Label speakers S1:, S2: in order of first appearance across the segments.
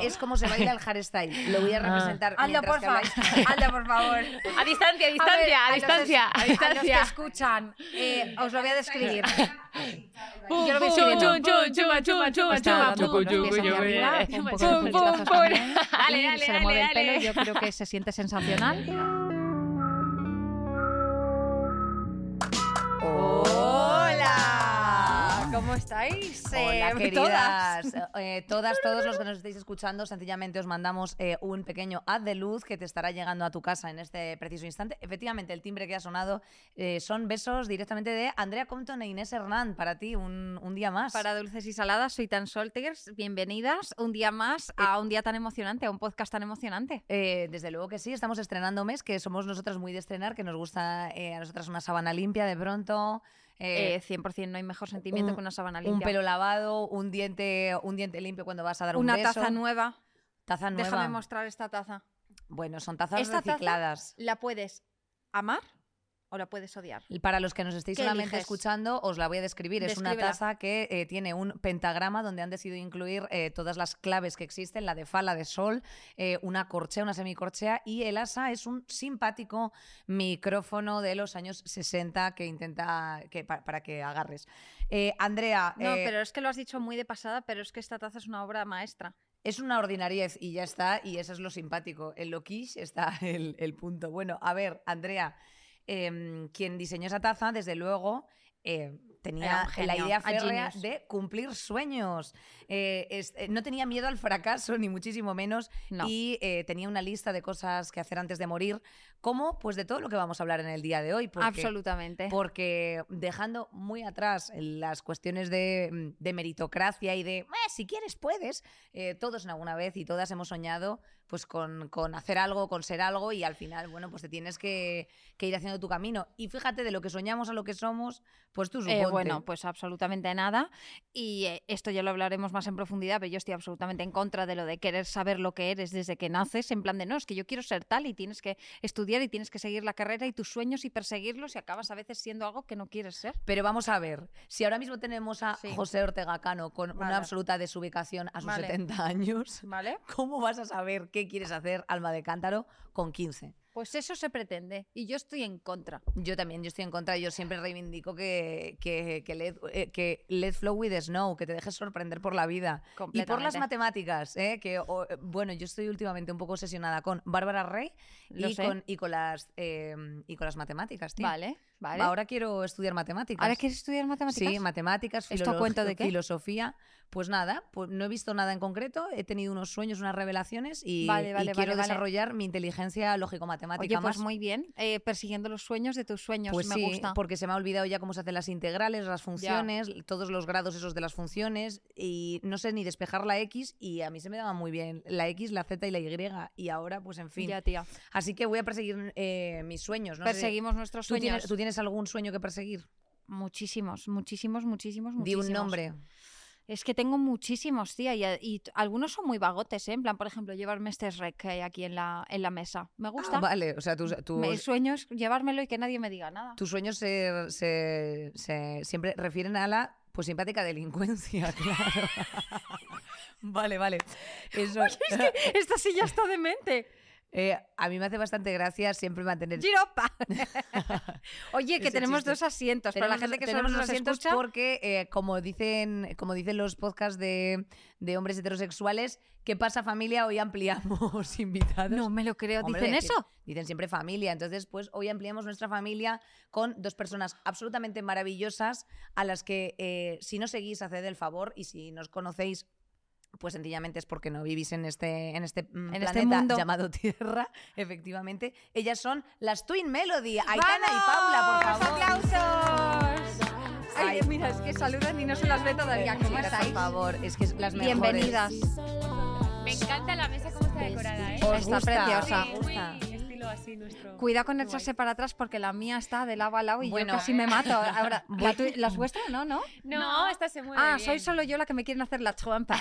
S1: es como se baila el hardstyle. Lo voy a representar.
S2: Aldo,
S1: mientras
S2: porfa.
S1: que habláis.
S2: Aldo, por favor.
S3: Ah. A distancia, a distancia, a,
S2: ver, los
S3: distancia,
S2: es-
S3: a
S2: A los que
S3: distancia.
S2: escuchan, eh, os lo voy a describir.
S3: Pum,
S2: yo lo voy
S3: pum,
S2: escribiendo.
S3: chum, chum, chuma, chuma, chuma,
S1: Está
S3: chuma,
S1: dando
S3: pum,
S1: unos pies
S3: chum,
S1: hacia
S3: chum,
S1: arriba,
S3: eh.
S1: un poco de
S3: Pum, pum,
S1: flechazos
S3: pum.
S1: también.
S2: Y
S3: Dale, dale,
S2: se le
S3: dale,
S2: mueve el pelo
S3: dale.
S2: y yo creo que se siente sensacional.
S1: ¡Hola!
S2: ¿Cómo estáis?
S1: Hola,
S2: eh,
S1: queridas. Eh, todas, todos los que nos estéis escuchando, sencillamente os mandamos eh, un pequeño haz de luz que te estará llegando a tu casa en este preciso instante. Efectivamente, el timbre que ha sonado eh, son besos directamente de Andrea Compton e Inés Hernán. Para ti, un, un día más.
S2: Para Dulces y Saladas, soy Tan Solters. Bienvenidas un día más a un día tan emocionante, a un podcast tan emocionante.
S1: Eh, desde luego que sí, estamos estrenando mes, que somos nosotras muy de estrenar, que nos gusta eh, a nosotras una sábana limpia de pronto. eh,
S2: Eh, 100% no hay mejor sentimiento
S1: un-
S2: que una sábana limpia.
S1: un pelo lavado, un diente, un diente limpio cuando vas a dar
S2: una
S1: un beso.
S2: taza nueva.
S1: taza nueva.
S2: Déjame mostrar esta taza.
S1: Bueno, son tazas
S2: Esta taza-
S1: recicladas.
S2: ¿La puedes amar o la puedes odiar?
S1: Y Para los que nos estéis
S2: ¿Qué
S1: solamente
S2: eliges?
S1: escuchando, os la voy a describir. Es una
S2: Descríbela.
S1: taza que eh, tiene un pentagrama donde han decidido incluir eh, todas las claves que existen, la de fa, la de sol, eh, una corchea, una semicorchea y el asa es un simpático micrófono de los años 60 que intenta que, pa- para, que agarres. Eh, Andrea,
S2: No,
S1: eh,
S2: pero es que lo has dicho muy de pasada, pero es que esta taza es una obra maestra.
S1: es una ordinariez y ya está, y eso es lo simpático. En lo quiche está el, el punto. Bueno, a ver, Andrea, em, quien diseñó esa taza, desde luego, eh,
S2: Era
S1: tenía
S2: un genio,
S1: la idea
S2: a
S1: férrea
S2: genius.
S1: de cumplir sueños. Eh, es- eh, no tenía miedo al fracaso, ni muchísimo menos,
S2: No.
S1: y eh, tenía una lista de cosas que hacer antes de morir, como pues de todo lo que vamos a hablar en el día de hoy. porque-
S2: Absolutamente.
S1: porque dejando muy atrás las cuestiones de, mm, de meritocracia y de "Eh, si quieres puedes, eh, todos en alguna vez y todas hemos soñado pues con, con hacer algo, con ser algo y al final, bueno, pues te tienes que, que ir haciendo tu camino. Y fíjate, de lo que soñamos a lo que somos, pues tú
S2: Eh,
S1: suponte.
S2: bueno, pues absolutamente nada. Y eh, esto ya lo hablaremos más en profundidad, pero yo estoy absolutamente en contra de lo de querer saber lo que eres desde que naces, en plan de no, es que yo quiero ser tal y tienes que estudiar y tienes que seguir la carrera y tus sueños y perseguirlos y acabas a veces siendo algo que no quieres ser.
S1: Pero vamos a ver, si ahora mismo tenemos a
S2: Sí.
S1: José Ortega Cano con
S2: Vale.
S1: una absoluta desubicación a sus
S2: Vale.
S1: 70 años,
S2: ¿Vale?
S1: ¿cómo vas a saber qué quieres hacer, alma de cántaro, con 15?
S2: Pues eso se pretende y yo estoy en contra.
S1: Yo también, yo estoy en contra. Yo siempre reivindico que, que, que, let, eh, que let flow with the snow, que te dejes sorprender por la vida. Y por las
S2: Completamente.
S1: matemáticas, ¿eh? que o- eh, bueno, yo estoy últimamente un poco obsesionada con Bárbara Rey
S2: Lo
S1: y
S2: sé.
S1: con, y, con las, eh, y con las matemáticas, tío.
S2: Vale, vale.
S1: Ahora quiero estudiar matemáticas.
S2: ¿Ahora quieres estudiar matemáticas?
S1: Sí, matemáticas,
S2: ¿Esto a
S1: filolo-
S2: cuento de qué?
S1: filosofía. Pues nada, pues no he visto nada en concreto, he tenido unos sueños, unas revelaciones y,
S2: Vale,
S1: y
S2: vale,
S1: quiero
S2: vale, vale.
S1: desarrollar mi inteligencia lógico-matemática
S2: Oye,
S1: más.
S2: pues muy bien, eh, persiguiendo los sueños de tus sueños,
S1: Pues
S2: me
S1: sí,
S2: gusta.
S1: porque se me ha olvidado ya cómo se hacen las integrales, las funciones, todos los grados esos de las funciones y no sé ni despejar la X y a mí se me daba muy bien la X, la Z y la Y y ahora pues en fin.
S2: Ya, tía.
S1: Así que voy a perseguir eh, mis sueños. No sé si-
S2: Perseguimos nuestros
S1: ¿Tú
S2: sueños.
S1: tienes, tú tienes algún sueño que perseguir?
S2: Muchísimos, muchísimos, muchísimos,
S1: Di
S2: muchísimos.
S1: un nombre.
S2: Es que tengo muchísimos, tía, y, y t- algunos son muy vagotes, ¿eh? En plan, por ejemplo, llevarme este rec que hay aquí en la, en la mesa. Me gusta.
S1: Ah, vale, o sea, tus, tus-
S2: Me- el sueño es llevármelo y que nadie me diga nada.
S1: tus sueños se, se- se- siempre refieren a la pues simpática delincuencia, claro. vale, vale. Eso.
S2: Esta silla está demente.
S1: Eh, a mí me hace bastante gracia siempre mantener
S2: ¡Giropa! Oye, que
S1: Ese
S2: tenemos
S1: chiste.
S2: dos asientos. Para la gente que solo
S1: tenemos
S2: nos
S1: pues, los asientos
S2: escucha,
S1: porque, eh, como, dicen, como dicen los podcasts de, de hombres heterosexuales, ¿qué pasa familia? Hoy ampliamos invitados.
S2: no me lo creo.
S1: Hombre,
S2: ¿Dicen
S1: dicen-
S2: eso?
S1: Dicen siempre familia. Entonces, pues hoy ampliamos nuestra familia con dos personas absolutamente maravillosas a las que eh, si no seguís, haced el favor y si nos conocéis, pues sencillamente es porque no vivís en este, en este mm,
S2: En este
S1: planeta
S2: mundo.
S1: llamado Tierra, efectivamente. Ellas son las Twin Melody, Aitana y Paula, por favor.
S2: ¡Vamos, ¡Aplausos! Ay,
S1: Ay.
S2: mira, es que saludan y no se las ve todavía.
S1: Eh, Sí,
S2: ¿Cómo
S1: por
S2: estáis?
S1: favor, es que es las mejores.
S2: Bienvenidas.
S3: Me encanta la mesa como está decorada, ¿eh?
S1: ¿Os
S2: Está
S1: gusta?
S2: preciosa.
S3: Sí, muy estilo estilo así nuestro.
S2: Cuidado con
S3: Guay.
S2: echarse para atrás porque la mía está de lado a lado y
S1: Bueno.
S2: yo casi me mato. Ahora, ¿la tu- ¿las vuestras no, no?
S3: No,
S4: No.
S3: esta se mueve
S2: Ah,
S3: bien.
S2: soy solo yo la que me quieren hacer la trampa.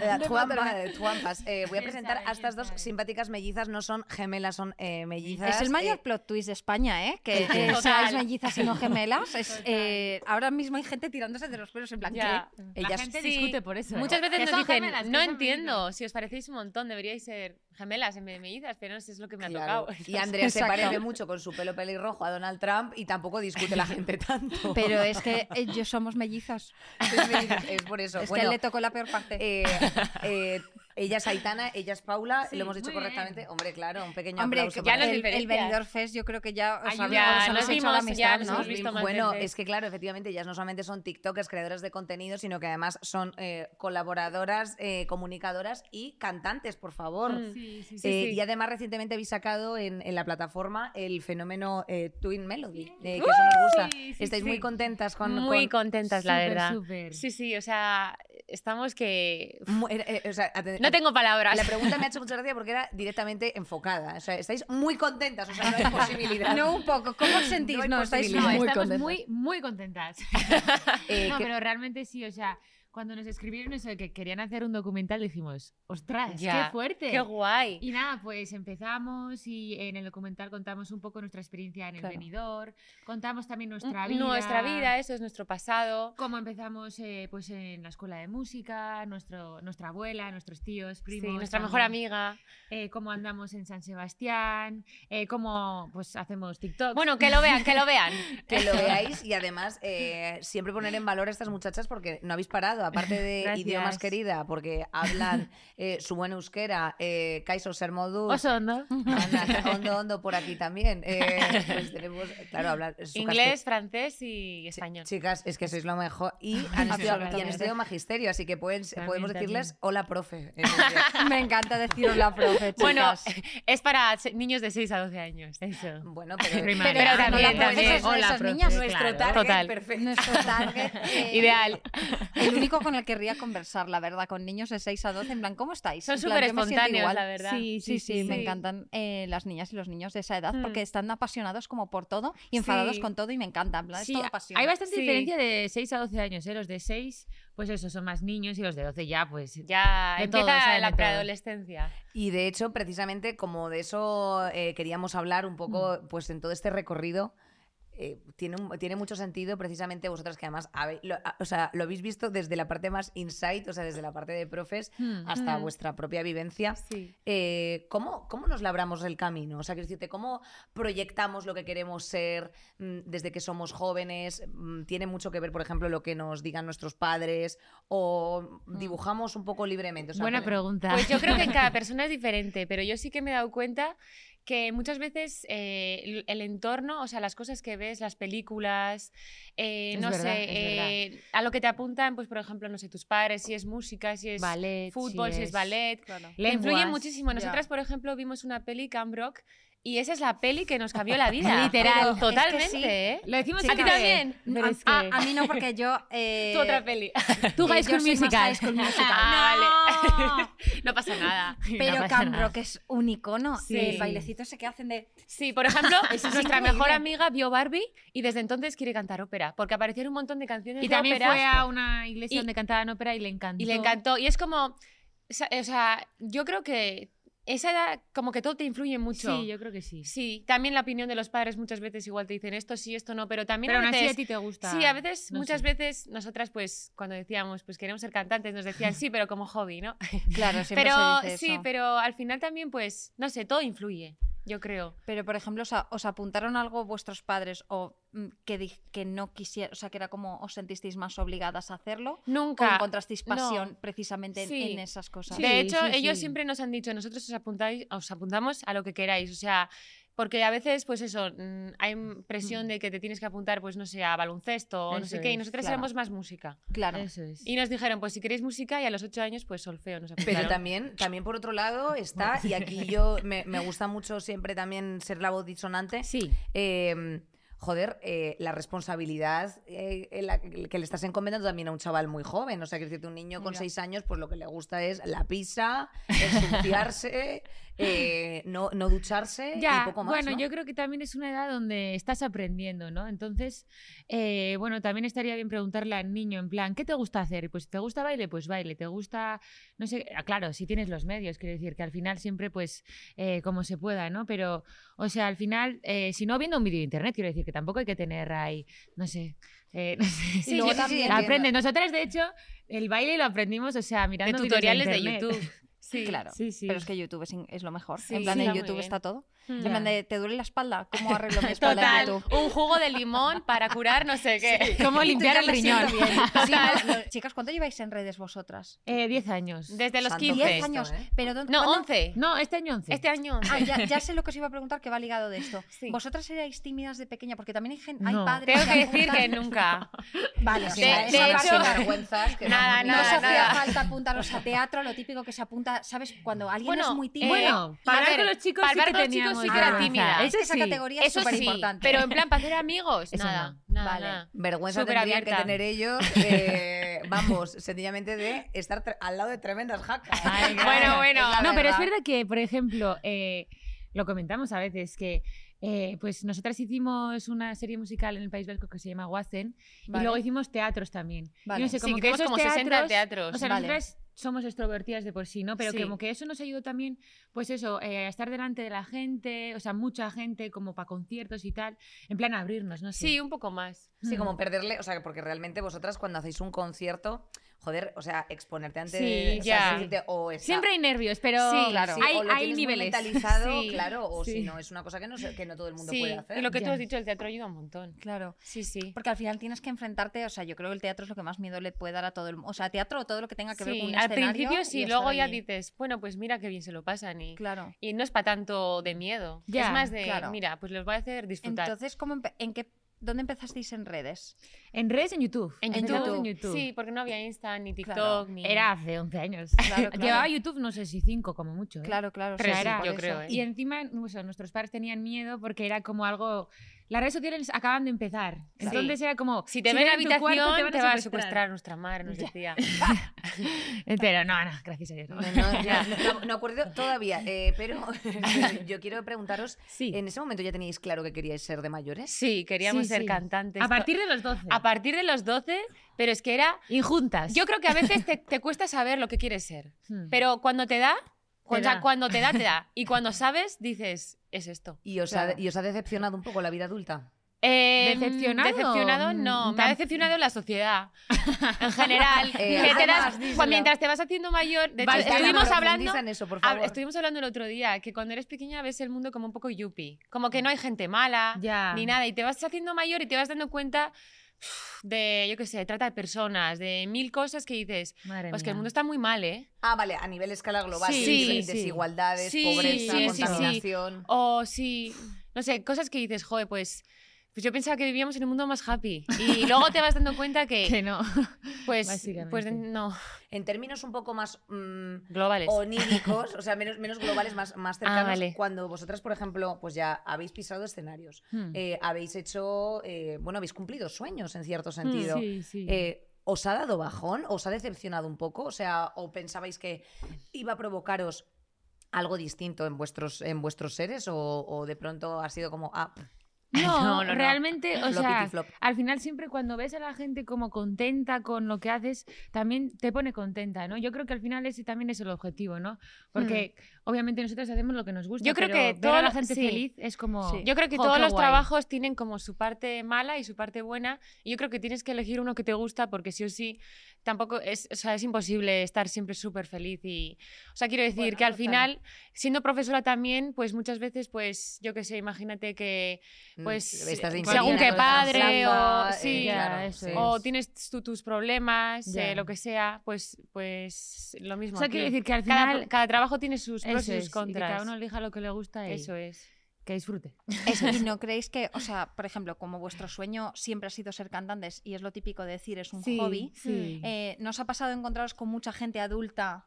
S1: Eh, Juanpa, eh, Juanpas. Eh, voy a
S4: Él
S1: presentar
S4: sabe,
S1: a
S4: él
S1: estas dos
S4: sabe.
S1: simpáticas mellizas, no son gemelas, son eh, mellizas.
S2: Es el mayor
S1: eh,
S2: plot twist de España, ¿eh? Que
S1: Total.
S2: eh, seáis mellizas y no gemelas. Es,
S4: Total.
S2: eh, ahora mismo hay gente tirándose de los pelos en plan,
S3: Ya.
S2: ¿qué?
S4: La
S1: ellas-
S4: gente
S3: sí.
S4: discute por eso.
S3: Muchas
S4: ¿no?
S3: veces
S4: Que
S3: nos
S4: son
S3: dicen,
S4: gemelas, que
S3: no
S4: son
S3: entiendo,
S4: mellizas".
S3: si os parecéis un montón, deberíais ser gemelas en vez de mellizas, pero no sé, es lo que me ha
S1: claro.
S3: tocado.
S1: Y Andrés se
S2: Exacto.
S1: parece mucho con su pelo pelirrojo a Donald Trump y tampoco discute la gente tanto.
S2: Pero es que ellos somos mellizos.
S1: Es mellizos, es por eso.
S2: Es que
S1: Bueno,
S2: le tocó la peor parte.
S1: eh, eh, ella es Aitana, ella es Paula,
S4: Sí,
S1: lo hemos dicho
S4: muy bien.
S1: correctamente. Hombre, claro, un pequeño
S2: Hombre,
S1: aplauso.
S2: que
S1: para
S3: no
S2: el,
S3: nos
S2: el
S3: diferencias.
S2: Benidorm Fest yo creo que ya os
S4: Ayuda,
S2: habéis-
S4: Ya,
S2: os
S4: nos
S2: habéis hecho
S3: vimos,
S2: la
S3: ya
S2: amistad,
S3: nos
S2: ¿no?
S3: hemos visto. más
S1: Bueno,
S3: veces.
S1: es que claro, efectivamente, ellas no solamente son TikTokers, creadoras de contenido, sino que además son eh, colaboradoras, eh, comunicadoras y cantantes, por favor.
S3: Mm.
S4: Sí, sí, sí.
S1: Eh,
S3: sí.
S1: Y además recientemente habéis sacado en, en la plataforma el fenómeno eh, Twin Melody, eh, que eso
S3: ¡Uh!
S1: nos gusta.
S4: Sí, sí,
S1: Estáis
S4: sí.
S1: muy contentas con...
S3: Muy
S1: con-
S3: contentas, la
S4: Súper,
S3: verdad.
S4: súper.
S3: Sí, sí, o sea, estamos que...
S1: mu- era- eh, o sea, aten-
S3: No tengo palabras.
S1: La pregunta me ha hecho mucha gracia porque era directamente enfocada. O sea, estáis muy contentas, o sea, no hay posibilidad.
S2: No, un poco. ¿Cómo os sentís?
S1: No hay
S2: No, estáis
S1: posibilidad.
S4: No,
S2: muy
S4: estamos
S2: contentas.
S4: muy, muy contentas.
S1: Eh,
S4: no,
S1: que-
S4: pero realmente sí, o sea, cuando nos escribieron eso de que querían hacer un documental, dijimos, ostras,
S3: Ya,
S4: qué fuerte.
S3: ¡Qué guay!
S4: y nada, pues empezamos y en el documental contamos un poco nuestra experiencia en el
S2: Claro.
S4: venidor, contamos también nuestra vida.
S3: Nuestra vida, eso es nuestro pasado.
S4: Cómo empezamos eh, pues en la escuela de música, nuestro, nuestra abuela, nuestros tíos,
S3: Sí,
S4: primos.
S3: nuestra mejor
S4: también.
S3: amiga.
S4: eh, cómo andamos en San Sebastián, eh, cómo pues hacemos TikTok.
S3: Bueno, que lo vean, que lo vean.
S1: que lo veáis y además eh, siempre poner en valor a estas muchachas porque no habéis parado, aparte de
S4: Gracias.
S1: idiomas querida, porque hablan eh, su buen euskera, eh, Kaiso Ser modus,
S4: oso hondo.
S3: Mm.
S1: Ana, hondo hondo por aquí también. Eh, pues tenemos, claro, hablar su
S3: Inglés, francés y
S1: castell-
S3: español.
S1: Chicas, es que sois lo mejor. Y han estudiado, y han
S4: Absolutamente.
S1: estudiado magisterio, así que pueden- podemos
S4: También,
S1: decirles
S4: también.
S1: hola, profe. en inglés.
S2: Me encanta decir hola, profe,
S3: Bueno,
S2: chicas.
S3: es para se- niños de 6 a 12 años, eso.
S1: Bueno, pero,
S4: Primaria.
S3: Pero
S2: ah, no,
S3: también,
S2: la profe,
S3: también.
S2: esas-
S4: Hola,
S2: esas
S4: profe,
S2: niñas,
S4: claro.
S1: nuestro target
S3: Total.
S1: perfecto.
S2: nuestro target, eh,
S3: Ideal.
S2: El único con el que querría conversar, la verdad, con niños de 6 a 12, en plan, ¿cómo estáis?
S3: Son
S2: En plan,
S3: súper
S2: yo me siento
S3: espontáneos,
S2: igual.
S3: la verdad.
S4: Sí,
S2: Sí, sí, me
S4: sí.
S2: encantan eh, las niñas y los niños de esa edad
S3: Mm.
S2: porque están apasionados como por todo y enfadados
S3: Sí.
S2: con todo y me encanta. en plan, es
S4: Sí,
S2: todo pasión.
S4: hay bastante
S3: Sí.
S4: diferencia de 6 a 12 años, ¿eh? Los de 6, pues eso, son más niños y los de 12 ya, pues...
S3: Ya
S4: De
S3: empieza
S4: todo, saben
S3: la
S4: de todo.
S3: preadolescencia.
S1: Y de hecho, precisamente como de eso eh, queríamos hablar un poco, pues en todo este recorrido, eh, tiene, un- tiene mucho sentido precisamente vosotras que además habe- lo, a- o sea, lo habéis visto desde la parte más insight, o sea, desde la parte de profes
S4: Hmm.
S1: hasta
S3: Mm.
S1: vuestra propia vivencia.
S3: Sí.
S1: Eh, ¿cómo, ¿Cómo nos labramos el camino? O sea, quiero decirte, ¿cómo proyectamos lo que queremos ser mm, desde que somos jóvenes? Mm, ¿Tiene mucho que ver, por ejemplo, lo que nos digan nuestros padres? ¿O dibujamos un poco libremente? O sea,
S4: Buena
S1: ¿cómo-
S4: pregunta.
S3: Pues yo creo que cada persona es diferente, pero yo sí que me he dado cuenta que muchas veces eh, el, el entorno, o sea, las cosas que ves, las películas, eh,
S4: Es
S3: no
S4: verdad,
S3: sé,
S4: es
S3: eh, a lo que te apuntan, pues por ejemplo, no sé, tus padres, si es música, si es
S4: ballet,
S3: fútbol, si es ballet, Le
S4: Lenguas,
S3: influye muchísimo.
S2: ya.
S3: Nosotras, por ejemplo, vimos una peli, Cam Rock, y esa es la peli que nos cambió la vida.
S4: Literal.
S3: Pero Totalmente,
S2: Es que sí.
S3: ¿eh?
S4: Lo decimos
S3: ¿A ti
S4: siempre.
S3: también? Ah,
S4: Pero
S2: a,
S4: es que-
S2: a- a mí no, porque yo. eh,
S3: Tu otra peli.
S4: Tú, High
S2: eh, yo
S4: School
S2: soy más
S4: Musical.
S2: High School Musical.
S3: Ah, vale. No pasa nada.
S2: Pero
S4: No pasa
S2: Cam
S4: nada.
S2: Rock es un icono.
S4: Sí.
S2: El bailecito ese que hacen de.
S3: Sí, por ejemplo, nuestra
S2: increíble.
S3: mejor amiga vio Barbie y desde entonces quiere cantar ópera, porque aparecieron un montón de canciones
S4: Y
S3: de
S4: también
S3: ópera
S4: fue a una iglesia
S3: Y-
S4: donde cantaban ópera y le encantó.
S3: y le encantó. Y es como, sa- o sea, yo creo que esa edad, como que todo te influye mucho.
S4: Sí, yo creo que sí.
S3: Sí, también la opinión de los padres muchas veces igual te dicen esto sí, esto no, pero también
S4: Pero
S3: a
S4: aún así a
S3: veces
S4: ti te gusta.
S3: Sí, a veces,
S4: no
S3: muchas
S4: sé.
S3: veces, nosotras, pues, cuando decíamos, pues queremos ser cantantes, nos decían sí, pero como hobby, ¿no?
S2: Claro, siempre
S3: Pero
S2: se dice
S3: sí,
S2: eso.
S3: pero al final también, pues, no sé, todo influye, yo creo.
S2: Pero, por ejemplo, ¿os, a- os apuntaron algo vuestros padres o mm, que, di- que no quisieron, o sea, que era como os sentisteis más obligadas a hacerlo? ¿O
S3: Nunca.
S2: encontrasteis
S3: no.
S2: pasión precisamente en,
S3: Sí.
S2: en esas cosas?
S4: Sí.
S3: De hecho,
S4: sí,
S3: ellos
S4: sí.
S3: siempre nos han dicho, nosotros os, apuntáis, os apuntamos a lo que queráis, o sea, porque a veces, pues eso, mm, hay presión de que te tienes que apuntar, pues no sé, a baloncesto o no
S4: Eso
S3: sé qué, y
S4: es,
S3: nosotras
S2: claro.
S3: éramos más música.
S2: Claro.
S4: Eso es.
S3: Y nos dijeron, pues si queréis música, y a los ocho años, pues solfeo, nos apuntaron.
S1: Pero también, también por otro lado está, y aquí yo me, me gusta mucho siempre también ser la voz disonante,
S4: Sí.
S1: eh, joder, eh, la responsabilidad eh, en la que le estás encomendando también a un chaval muy joven. O sea, que decirte, un niño con
S2: Ya.
S1: seis años, pues lo que le gusta es la pizza, ensuciarse, eh, no, no ducharse
S4: Ya,
S1: y poco más.
S4: bueno,
S1: ¿no?
S4: yo creo que también es una edad donde estás aprendiendo, ¿no? Entonces, eh, bueno, también estaría bien preguntarle al niño, en plan, ¿qué te gusta hacer? Pues, ¿te gusta baile? Pues baile, ¿te gusta...? No sé, ah, claro, si tienes los medios, quiero decir, que al final siempre, pues, eh, como se pueda, ¿no? Pero, o sea, al final, eh, si no viendo un vídeo de internet, quiero decir que tampoco hay que tener ahí, no sé... eh, no sé.
S1: Y luego
S4: yo-
S1: también-
S4: la aprendes. Nosotras, de hecho, el baile lo aprendimos, o sea,
S3: de
S4: mirando vídeos
S3: tutoriales de
S4: internet.
S3: YouTube. Sí,
S2: Claro.
S4: Sí, sí.
S2: Pero es que YouTube es, in- es lo mejor.
S3: Sí,
S2: en plan,
S3: sí,
S2: en
S3: está muy
S2: YouTube
S3: bien.
S2: está todo. En
S4: Ya.
S2: plan de, ¿te duele la espalda? ¿Cómo arreglo mi espalda en
S3: Total,
S2: YouTube?
S3: un jugo de limón para curar no sé qué.
S4: ¿Cómo limpiar el
S1: Intentarlo
S4: riñón?
S1: siento bien.
S2: Sí, no, no. Chicas, ¿cuánto lleváis en redes vosotras?
S4: Eh, 10 años.
S3: Desde los
S1: Santo
S3: 15.
S2: 10
S1: Cristo,
S2: años.
S1: ¿eh?
S2: Pero ¿dónde-
S3: No,
S2: cuándo-
S3: 11.
S4: No, este año 11.
S3: Este año 11.
S2: Ah, ya, ya sé lo que os iba a preguntar que va ligado de esto.
S3: Sí.
S2: ¿Vosotras erais tímidas de pequeña? Porque también hay, gen- hay
S4: No.
S2: padres
S3: Tengo que
S2: apuntan-
S3: decir que nunca.
S1: Vale, o
S2: De-
S1: sea,
S3: de
S1: esa parte
S3: hecho-
S1: vergüenzas que
S3: Nada,
S1: vamos,
S2: No os
S3: nada,
S2: hacía
S3: nada.
S2: falta apuntaros a teatro, lo típico que se apunta, ¿sabes? Cuando alguien
S3: Bueno,
S2: es muy
S3: eh,
S2: tímido.
S4: bueno,
S3: a
S4: para hablar
S3: ver,
S4: con los chicos
S3: para
S4: sí que
S3: hablar con los
S4: teníamos
S3: chicos sí que era
S4: vergüenza.
S3: tímida.
S4: Ese
S2: esa
S4: sí.
S2: categoría es
S3: Eso
S2: súper
S3: sí,
S2: importante.
S3: pero en plan para hacer amigos,
S4: Eso
S3: nada,
S4: no.
S3: nada,
S2: Vale.
S3: nada.
S1: Vergüenza
S3: Súper
S1: tendrían que
S3: abierta.
S1: tener ellos, eh, vamos, sencillamente de estar tra- al lado de tremendas jacas.
S4: Ay,
S1: Es
S3: Bueno,
S1: la
S3: bueno.
S4: No, pero es
S1: verdad.
S4: verdad que, por ejemplo, eh, lo comentamos a veces que eh, pues nosotras hicimos una serie musical en el País Vasco que se llama Wazen y
S2: Vale.
S4: luego hicimos teatros también. Y
S2: Vale.
S4: no sé,
S3: Sí,
S4: como
S3: que
S4: que
S3: tenemos
S4: esos
S3: como 60
S4: teatros,
S3: teatros.
S4: O sea,
S2: Vale.
S4: nosotras somos extrovertidas de por sí, ¿no? Pero
S3: Sí.
S4: como que eso nos ayudó también, pues eso, eh, a estar delante de la gente, o sea, mucha gente, como para conciertos y tal, en plan abrirnos, no sé.
S3: sí, un poco más.
S1: Sí, como
S4: Mm.
S1: perderle, o sea, porque realmente vosotras cuando hacéis un concierto, joder, o sea, exponerte ante
S4: Sí,
S1: o sea,
S3: ya.
S1: sentirte- o está-
S4: Siempre hay nervios, pero
S1: Sí,
S2: claro.
S1: sí,
S4: hay,
S1: o lo
S4: hay
S1: tienes muy
S4: niveles.
S1: mentalizado,
S3: Sí,
S1: claro, o
S4: sí.
S1: si no, es una cosa que no, se- que no todo el mundo
S3: Sí,
S1: puede hacer.
S3: y lo que tú
S4: Ya.
S3: has dicho, el teatro ayuda un montón.
S2: Claro.
S3: Sí, sí.
S2: Porque al final tienes que enfrentarte, o sea, yo creo que el teatro es lo que más miedo le puede dar a todo el mundo. O sea, teatro o todo lo que tenga que ver con
S3: Sí,
S2: un
S3: al
S2: escenario
S3: principio
S2: y
S3: sí,
S2: estar
S3: luego ya
S2: allí.
S3: dices, bueno, pues mira qué bien se lo pasan y,
S2: Claro.
S3: y no es para tanto de miedo.
S4: Ya,
S3: es más de,
S2: claro.
S3: mira, pues los voy a hacer disfrutar.
S2: Entonces, ¿cómo empe- en qué, ¿dónde empezasteis en redes?
S4: En redes, en YouTube.
S3: en
S2: en
S3: YouTube,
S4: Empezamos
S2: YouTube.
S3: Sí, porque no había Insta, ni TikTok,
S2: Claro.
S3: ni...
S4: Era hace 11 años.
S2: Claro, claro.
S4: Llevaba YouTube, no sé si 5 como mucho. ¿eh?
S2: Claro, claro.
S4: Tres,
S2: sí,
S4: yo
S2: por eso.
S3: creo, ¿eh?
S4: Y encima, no sé, nuestros padres tenían miedo porque era como algo... Las redes sociales acaban de empezar.
S3: Sí.
S4: Entonces era como...
S3: Si te
S4: si
S3: ven en la
S4: ven tu
S3: habitación,
S4: cuarto,
S3: te,
S4: van
S3: van
S4: a
S3: a
S4: secuestrar.
S3: secuestrar nuestra madre, nos
S4: Ya.
S3: decía.
S4: Pero no, no, gracias a Dios. ¿no?
S1: No, no, ya, no- no acuerdo todavía, eh, pero yo quiero preguntaros,
S4: Sí.
S1: ¿en ese momento ya teníais claro que queríais ser de mayores?
S3: Sí, queríamos
S4: Sí,
S3: ser
S4: sí.
S3: cantantes.
S4: A partir de los 12.
S3: a partir de los 12, pero es que era...
S4: Injuntas.
S3: Yo creo que a veces te, te cuesta saber lo que quieres ser,
S4: Hmm.
S3: pero cuando te da, o
S4: Te
S3: sea,
S4: da.
S3: cuando te da, te da. Y cuando sabes, dices, es esto.
S1: ¿Y os, ha,
S2: Claro.
S1: ¿Y os ha decepcionado un poco la vida adulta?
S3: Eh,
S4: ¿Decepcionado?
S3: Decepcionado no,
S4: Mm,
S3: me ha
S4: tam-
S3: decepcionado la sociedad en general.
S1: Eh,
S3: que te das-
S1: además, díselo.
S3: cuando- mientras te vas haciendo mayor, de hecho,
S1: Vale,
S3: estuvimos
S1: profundiza
S3: hablando,
S1: en eso, por
S3: hab-
S1: favor.
S3: estuvimos hablando el otro día que cuando eres pequeña ves el mundo como un poco yuppie, como que no hay gente mala
S4: Ya.
S3: ni nada y te vas haciendo mayor y te vas dando cuenta de yo qué sé, trata de personas, de mil cosas que dices,
S4: Madre
S3: pues que
S4: mía.
S3: el mundo está muy mal, ¿eh?
S1: Ah, vale, a nivel escala global,
S3: Sí,
S1: sí,
S4: sí.
S1: desigualdades,
S3: Sí,
S1: pobreza,
S4: sí, sí, sí.
S1: contaminación.
S3: O si, no sé, cosas que dices, joder, pues, pues yo pensaba que vivíamos en un mundo más happy. Y luego te vas dando cuenta que,
S4: Que no.
S3: pues,
S4: básicamente.
S3: pues no,
S1: En términos un poco más mm,
S3: globales.
S1: oníricos, o sea, menos, menos globales, más, más cercanos,
S3: Pues. vale.
S1: cuando vosotras, por ejemplo, pues ya habéis pisado escenarios,
S4: Hmm.
S1: eh, habéis hecho, eh, bueno, habéis cumplido sueños en cierto sentido.
S4: Sí, sí.
S1: Eh, ¿Os ha dado bajón? ¿Os ha decepcionado un poco? O sea, ¿o pensabais que iba a provocaros algo distinto en vuestros, en vuestros seres? ¿O, o de pronto ha sido como, ah, pff,
S4: No,
S3: No, no, no.
S4: realmente, o
S1: flop,
S4: sea,
S1: piti, flop?
S4: al final siempre cuando ves a la gente como contenta con lo que haces, también te pone contenta, ¿no? Yo creo que al final ese también es el objetivo, ¿no? Porque obviamente nosotros hacemos lo que nos gusta,
S3: Hmm. Yo creo
S4: pero
S3: que
S4: ver
S3: todo
S4: a la
S3: lo-
S4: gente
S3: sí.
S4: feliz es como...
S2: Sí.
S3: Yo creo que
S4: Jo,
S3: todos
S4: qué
S3: los
S4: guay.
S3: trabajos tienen como su parte mala y su parte buena. Y yo creo que tienes que elegir uno que te gusta porque sí o sí, tampoco es, o sea, es imposible estar siempre súper feliz. Y, o sea, quiero decir
S2: Bueno,
S3: que al
S2: total.
S3: final, siendo profesora también, pues muchas veces, pues yo qué sé, imagínate que
S1: Mm,
S3: pues,
S1: estás de
S4: eh,
S3: según
S1: inquilina,
S3: qué
S1: ¿no?
S3: padre,
S1: Plaza,
S3: o-
S1: eh,
S3: sí,
S1: claro,
S4: eso
S1: sí.
S4: es.
S3: o tienes tu- tus problemas,
S4: Ya.
S3: eh, lo que sea, pues, pues lo mismo.
S4: O sea,
S3: aquí.
S4: quiero decir que al
S3: cada,
S4: final...
S3: pro- cada trabajo tiene sus pros
S4: eso
S3: y
S4: es,
S3: sus
S4: y que cada
S3: contras.
S4: uno elija lo que le gusta y
S3: Eso es.
S4: que disfrute.
S2: Eso, y no creéis que, o sea, por ejemplo, como vuestro sueño siempre ha sido ser cantantes y es lo típico de decir es un hobby,
S4: Sí.
S3: Hmm.
S2: eh, ¿nos ha pasado de encontraros con mucha gente adulta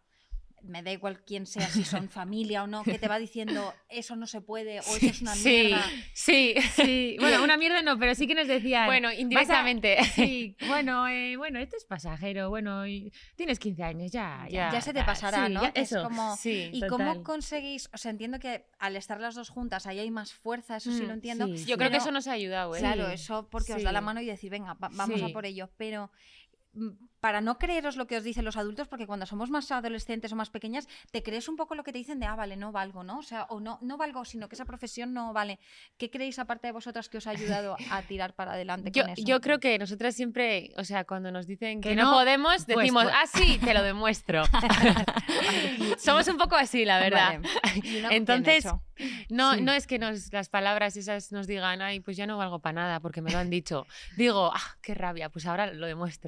S2: me da igual quién sea, si son familia o no, que te va diciendo eso no se puede o eso es una
S3: sí,
S2: mierda.
S3: sí.
S4: Sí, bueno, una mierda no, pero sí que nos decían.
S3: Bueno, indirectamente.
S4: Sí, bueno, eh, bueno, esto es pasajero, bueno, y tienes 15 años, ya, ya.
S3: Ya.
S2: Ya se te pasará,
S4: Sí,
S2: ¿no?
S4: ya,
S2: Que es
S4: eso.
S2: como-
S3: Sí.
S2: ¿Y
S4: total.
S2: cómo conseguís? O sea, entiendo que al estar las dos juntas ahí hay más fuerza, eso sí
S3: Mm,
S2: lo entiendo.
S4: sí,
S3: Yo creo que
S2: Pero-
S3: eso nos ha ayudado, ¿eh?
S2: Claro,
S4: Sí,
S2: eso porque os da la
S4: sí.
S2: mano y decir, venga, va- vamos a
S3: Sí.
S2: por ello. Pero mm, para no creeros lo que os dicen los adultos, porque cuando somos más adolescentes o más pequeñas, te crees un poco lo que te dicen de, ah, vale, no valgo, ¿no? O sea, o no, no valgo, sino que esa profesión no vale. ¿Qué creéis aparte de vosotras que os ha ayudado a tirar para adelante
S3: Yo,
S2: con eso?
S3: yo creo que nosotras siempre, o sea, cuando nos dicen que,
S4: Que
S3: no,
S4: no,
S3: podemos,
S4: pues,
S3: decimos,
S4: pues.
S3: ah, sí, te lo demuestro. Somos un poco así, la verdad.
S2: Vale. Y una- bien
S3: Entonces,
S2: hecho.
S3: No,
S4: Sí.
S3: no es que nos, las palabras esas nos digan, ay, pues ya no valgo para nada porque me lo han dicho. Digo, ah, qué rabia, pues ahora lo demuestro.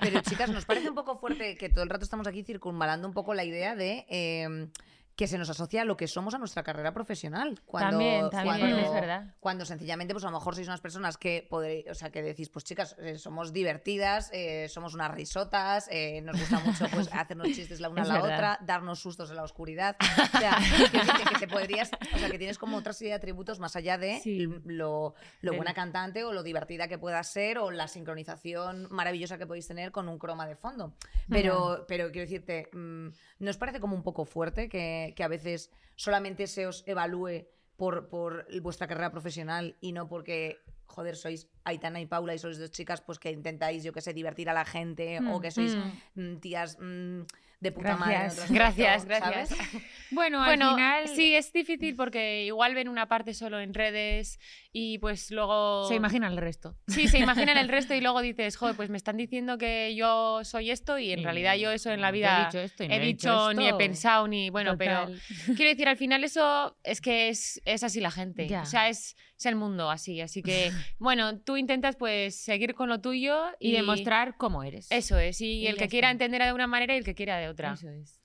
S1: Claro, pero chicas, nos parece un poco fuerte que todo el rato estamos aquí circunvalando un poco la idea de eh, que se nos asocia lo que somos a nuestra carrera profesional. Cuando,
S4: también, también,
S1: cuando-
S4: es verdad.
S1: Cuando sencillamente, pues a lo mejor sois unas personas que podré- o sea, que decís, pues chicas, eh, somos divertidas, eh, somos unas risotas, eh, nos gusta mucho pues, hacernos chistes la una a
S4: Es
S1: la
S4: verdad.
S1: otra, darnos sustos en la oscuridad. O sea, que, que- que te podrías, o sea, que tienes como otra serie de atributos más allá de
S4: Sí.
S1: lo, lo
S4: Del-
S1: buena cantante o lo divertida que puedas ser o la sincronización maravillosa que podéis tener con un croma de fondo. Pero, pero quiero decirte, mm, ¿nos parece como un poco fuerte que, que a veces solamente se os evalúe por, por vuestra carrera profesional y no porque, joder, sois Aitana y Paula y sois dos chicas pues que intentáis, yo qué sé, divertir a la gente o
S4: Mm,
S1: que sois
S3: Mm.
S1: mm, tías mm, de puta madre? en
S4: Gracias.
S1: otro aspecto,
S3: Gracias, gracias.
S1: ¿sabes?
S4: Bueno,
S3: Bueno,
S4: al final
S3: sí, es difícil porque igual ven una parte solo en redes y pues luego...
S4: se imagina el resto.
S3: Sí, se imaginan el resto y luego dices, joder, pues me están diciendo que yo soy esto y en
S4: Y
S3: realidad yo eso en la
S4: yo
S3: vida...
S4: he dicho, esto y no
S3: He dicho, ni he
S4: esto.
S3: pensado, ni bueno, pero
S4: Total.
S3: Quiero decir, al final eso es que es, es así la gente.
S4: Ya.
S3: O sea, es, es el mundo así. Así que, bueno, tú intentas pues seguir con lo tuyo y,
S4: Y demostrar cómo eres.
S3: Eso es. Y,
S4: Y
S3: el
S4: ya
S3: que quiera
S4: está.
S3: entender de una manera y el que quiera de otra.
S4: Eso es.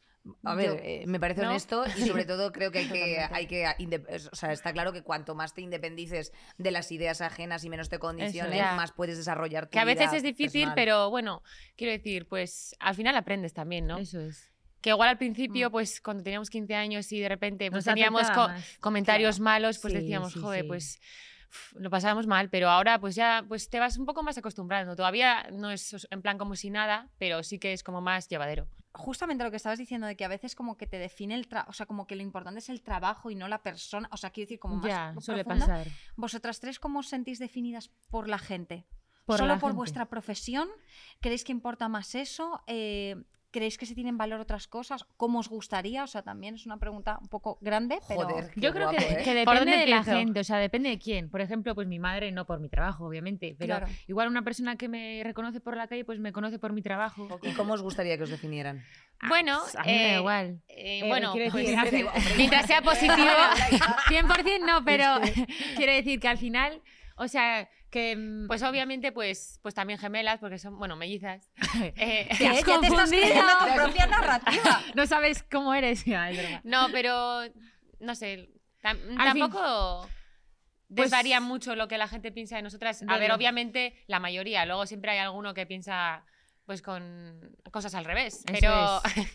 S1: A ver,
S2: Yo-
S1: eh, me parece
S3: ¿no?
S1: honesto y sobre todo creo que hay que,
S4: Totalmente.
S1: hay que inde- es- o sea, está claro que cuanto más te independices de las ideas ajenas y menos te condiciones,
S3: ya.
S1: más puedes desarrollar tu
S3: Que a veces
S1: vida
S3: es difícil,
S1: personal.
S3: pero bueno, quiero decir, pues al final aprendes también, ¿no?
S4: Eso es. Mm.
S3: Que igual al principio, pues cuando teníamos 15 años y de repente pues,
S4: Nos
S3: teníamos
S4: afectaba
S3: co-
S4: más.
S3: comentarios malos, pues
S4: Sí,
S3: decíamos,
S4: sí,
S3: joder,
S4: sí.
S3: pues uf, lo pasábamos mal, pero ahora pues ya pues te vas un poco más acostumbrando. Todavía no es en plan como si nada, pero sí que es como más llevadero.
S2: justamente lo que estabas diciendo de que a veces como que te define el trabajo, o sea, como que lo importante es el trabajo y no la persona, o sea, quiero decir como más
S4: Ya, suele
S2: profundo.
S4: pasar.
S2: ¿Vosotras tres cómo os sentís definidas por la gente?
S4: Por
S2: ¿Solo
S4: la
S2: por
S4: gente.
S2: vuestra profesión? ¿Creéis que importa más eso? Eh, ¿Creéis que se tienen valor otras cosas? ¿Cómo os gustaría? O sea, también es una pregunta un poco grande, pero...
S1: Joder, qué
S4: Yo creo que,
S1: guapo, ¿eh?
S4: que
S3: ¿Por
S4: depende
S3: dónde
S4: de la
S3: empiezo?
S4: gente, o sea, depende de quién. Por ejemplo, pues mi madre, no por mi trabajo, obviamente, pero
S2: Claro.
S4: igual una persona que me reconoce por la calle, pues me conoce por mi trabajo.
S1: ¿Y cómo os gustaría que os definieran?
S4: Ah,
S3: Bueno,
S4: pues, a mí me
S3: eh,
S4: da igual.
S3: Eh,
S4: Eh,
S3: bueno,
S4: quiero
S3: pues,
S4: decir,
S1: Hombre, hombre,
S4: mientras sea positivo,
S1: Hola, hija.
S4: 100% no, pero quiero decir que al final, o sea, que... mm,
S3: pues obviamente pues, pues también gemelas, porque son, bueno, mellizas. Eh,
S2: ¿Qué?
S4: has
S2: Ya te estás
S4: confundido.
S2: creyendo tu propia narrativa.
S4: no sabes cómo eres. Ya, es broma.
S3: no, pero no sé, tam-
S4: Al fin,
S3: tampoco...
S4: pues-
S3: desvaría mucho lo que la gente piensa de nosotras. A
S4: Del-
S3: ver, obviamente, la mayoría. Luego siempre hay alguno que piensa pues con cosas al revés.
S4: Eso
S3: Pero,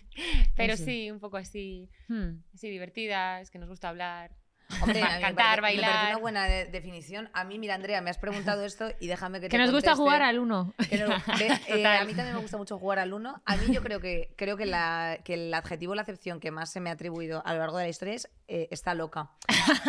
S3: pero
S4: Eso.
S3: sí, un poco así.
S4: Hmm.
S3: así divertidas, que nos gusta hablar.
S1: Hombre, a mí me
S3: Cantar,
S1: parece- Me
S3: bailar.
S1: parece una buena de- definición. A mí, mira, Andrea, me has preguntado esto y déjame que te
S4: Que nos gusta
S1: conteste.
S4: jugar al uno.
S1: Que no- ve- eh,
S4: Total.
S1: a mí también me gusta mucho jugar al uno. A mí yo creo que creo que, la, que el adjetivo, la acepción que más se me ha atribuido a lo largo de la historia es eh, está loca.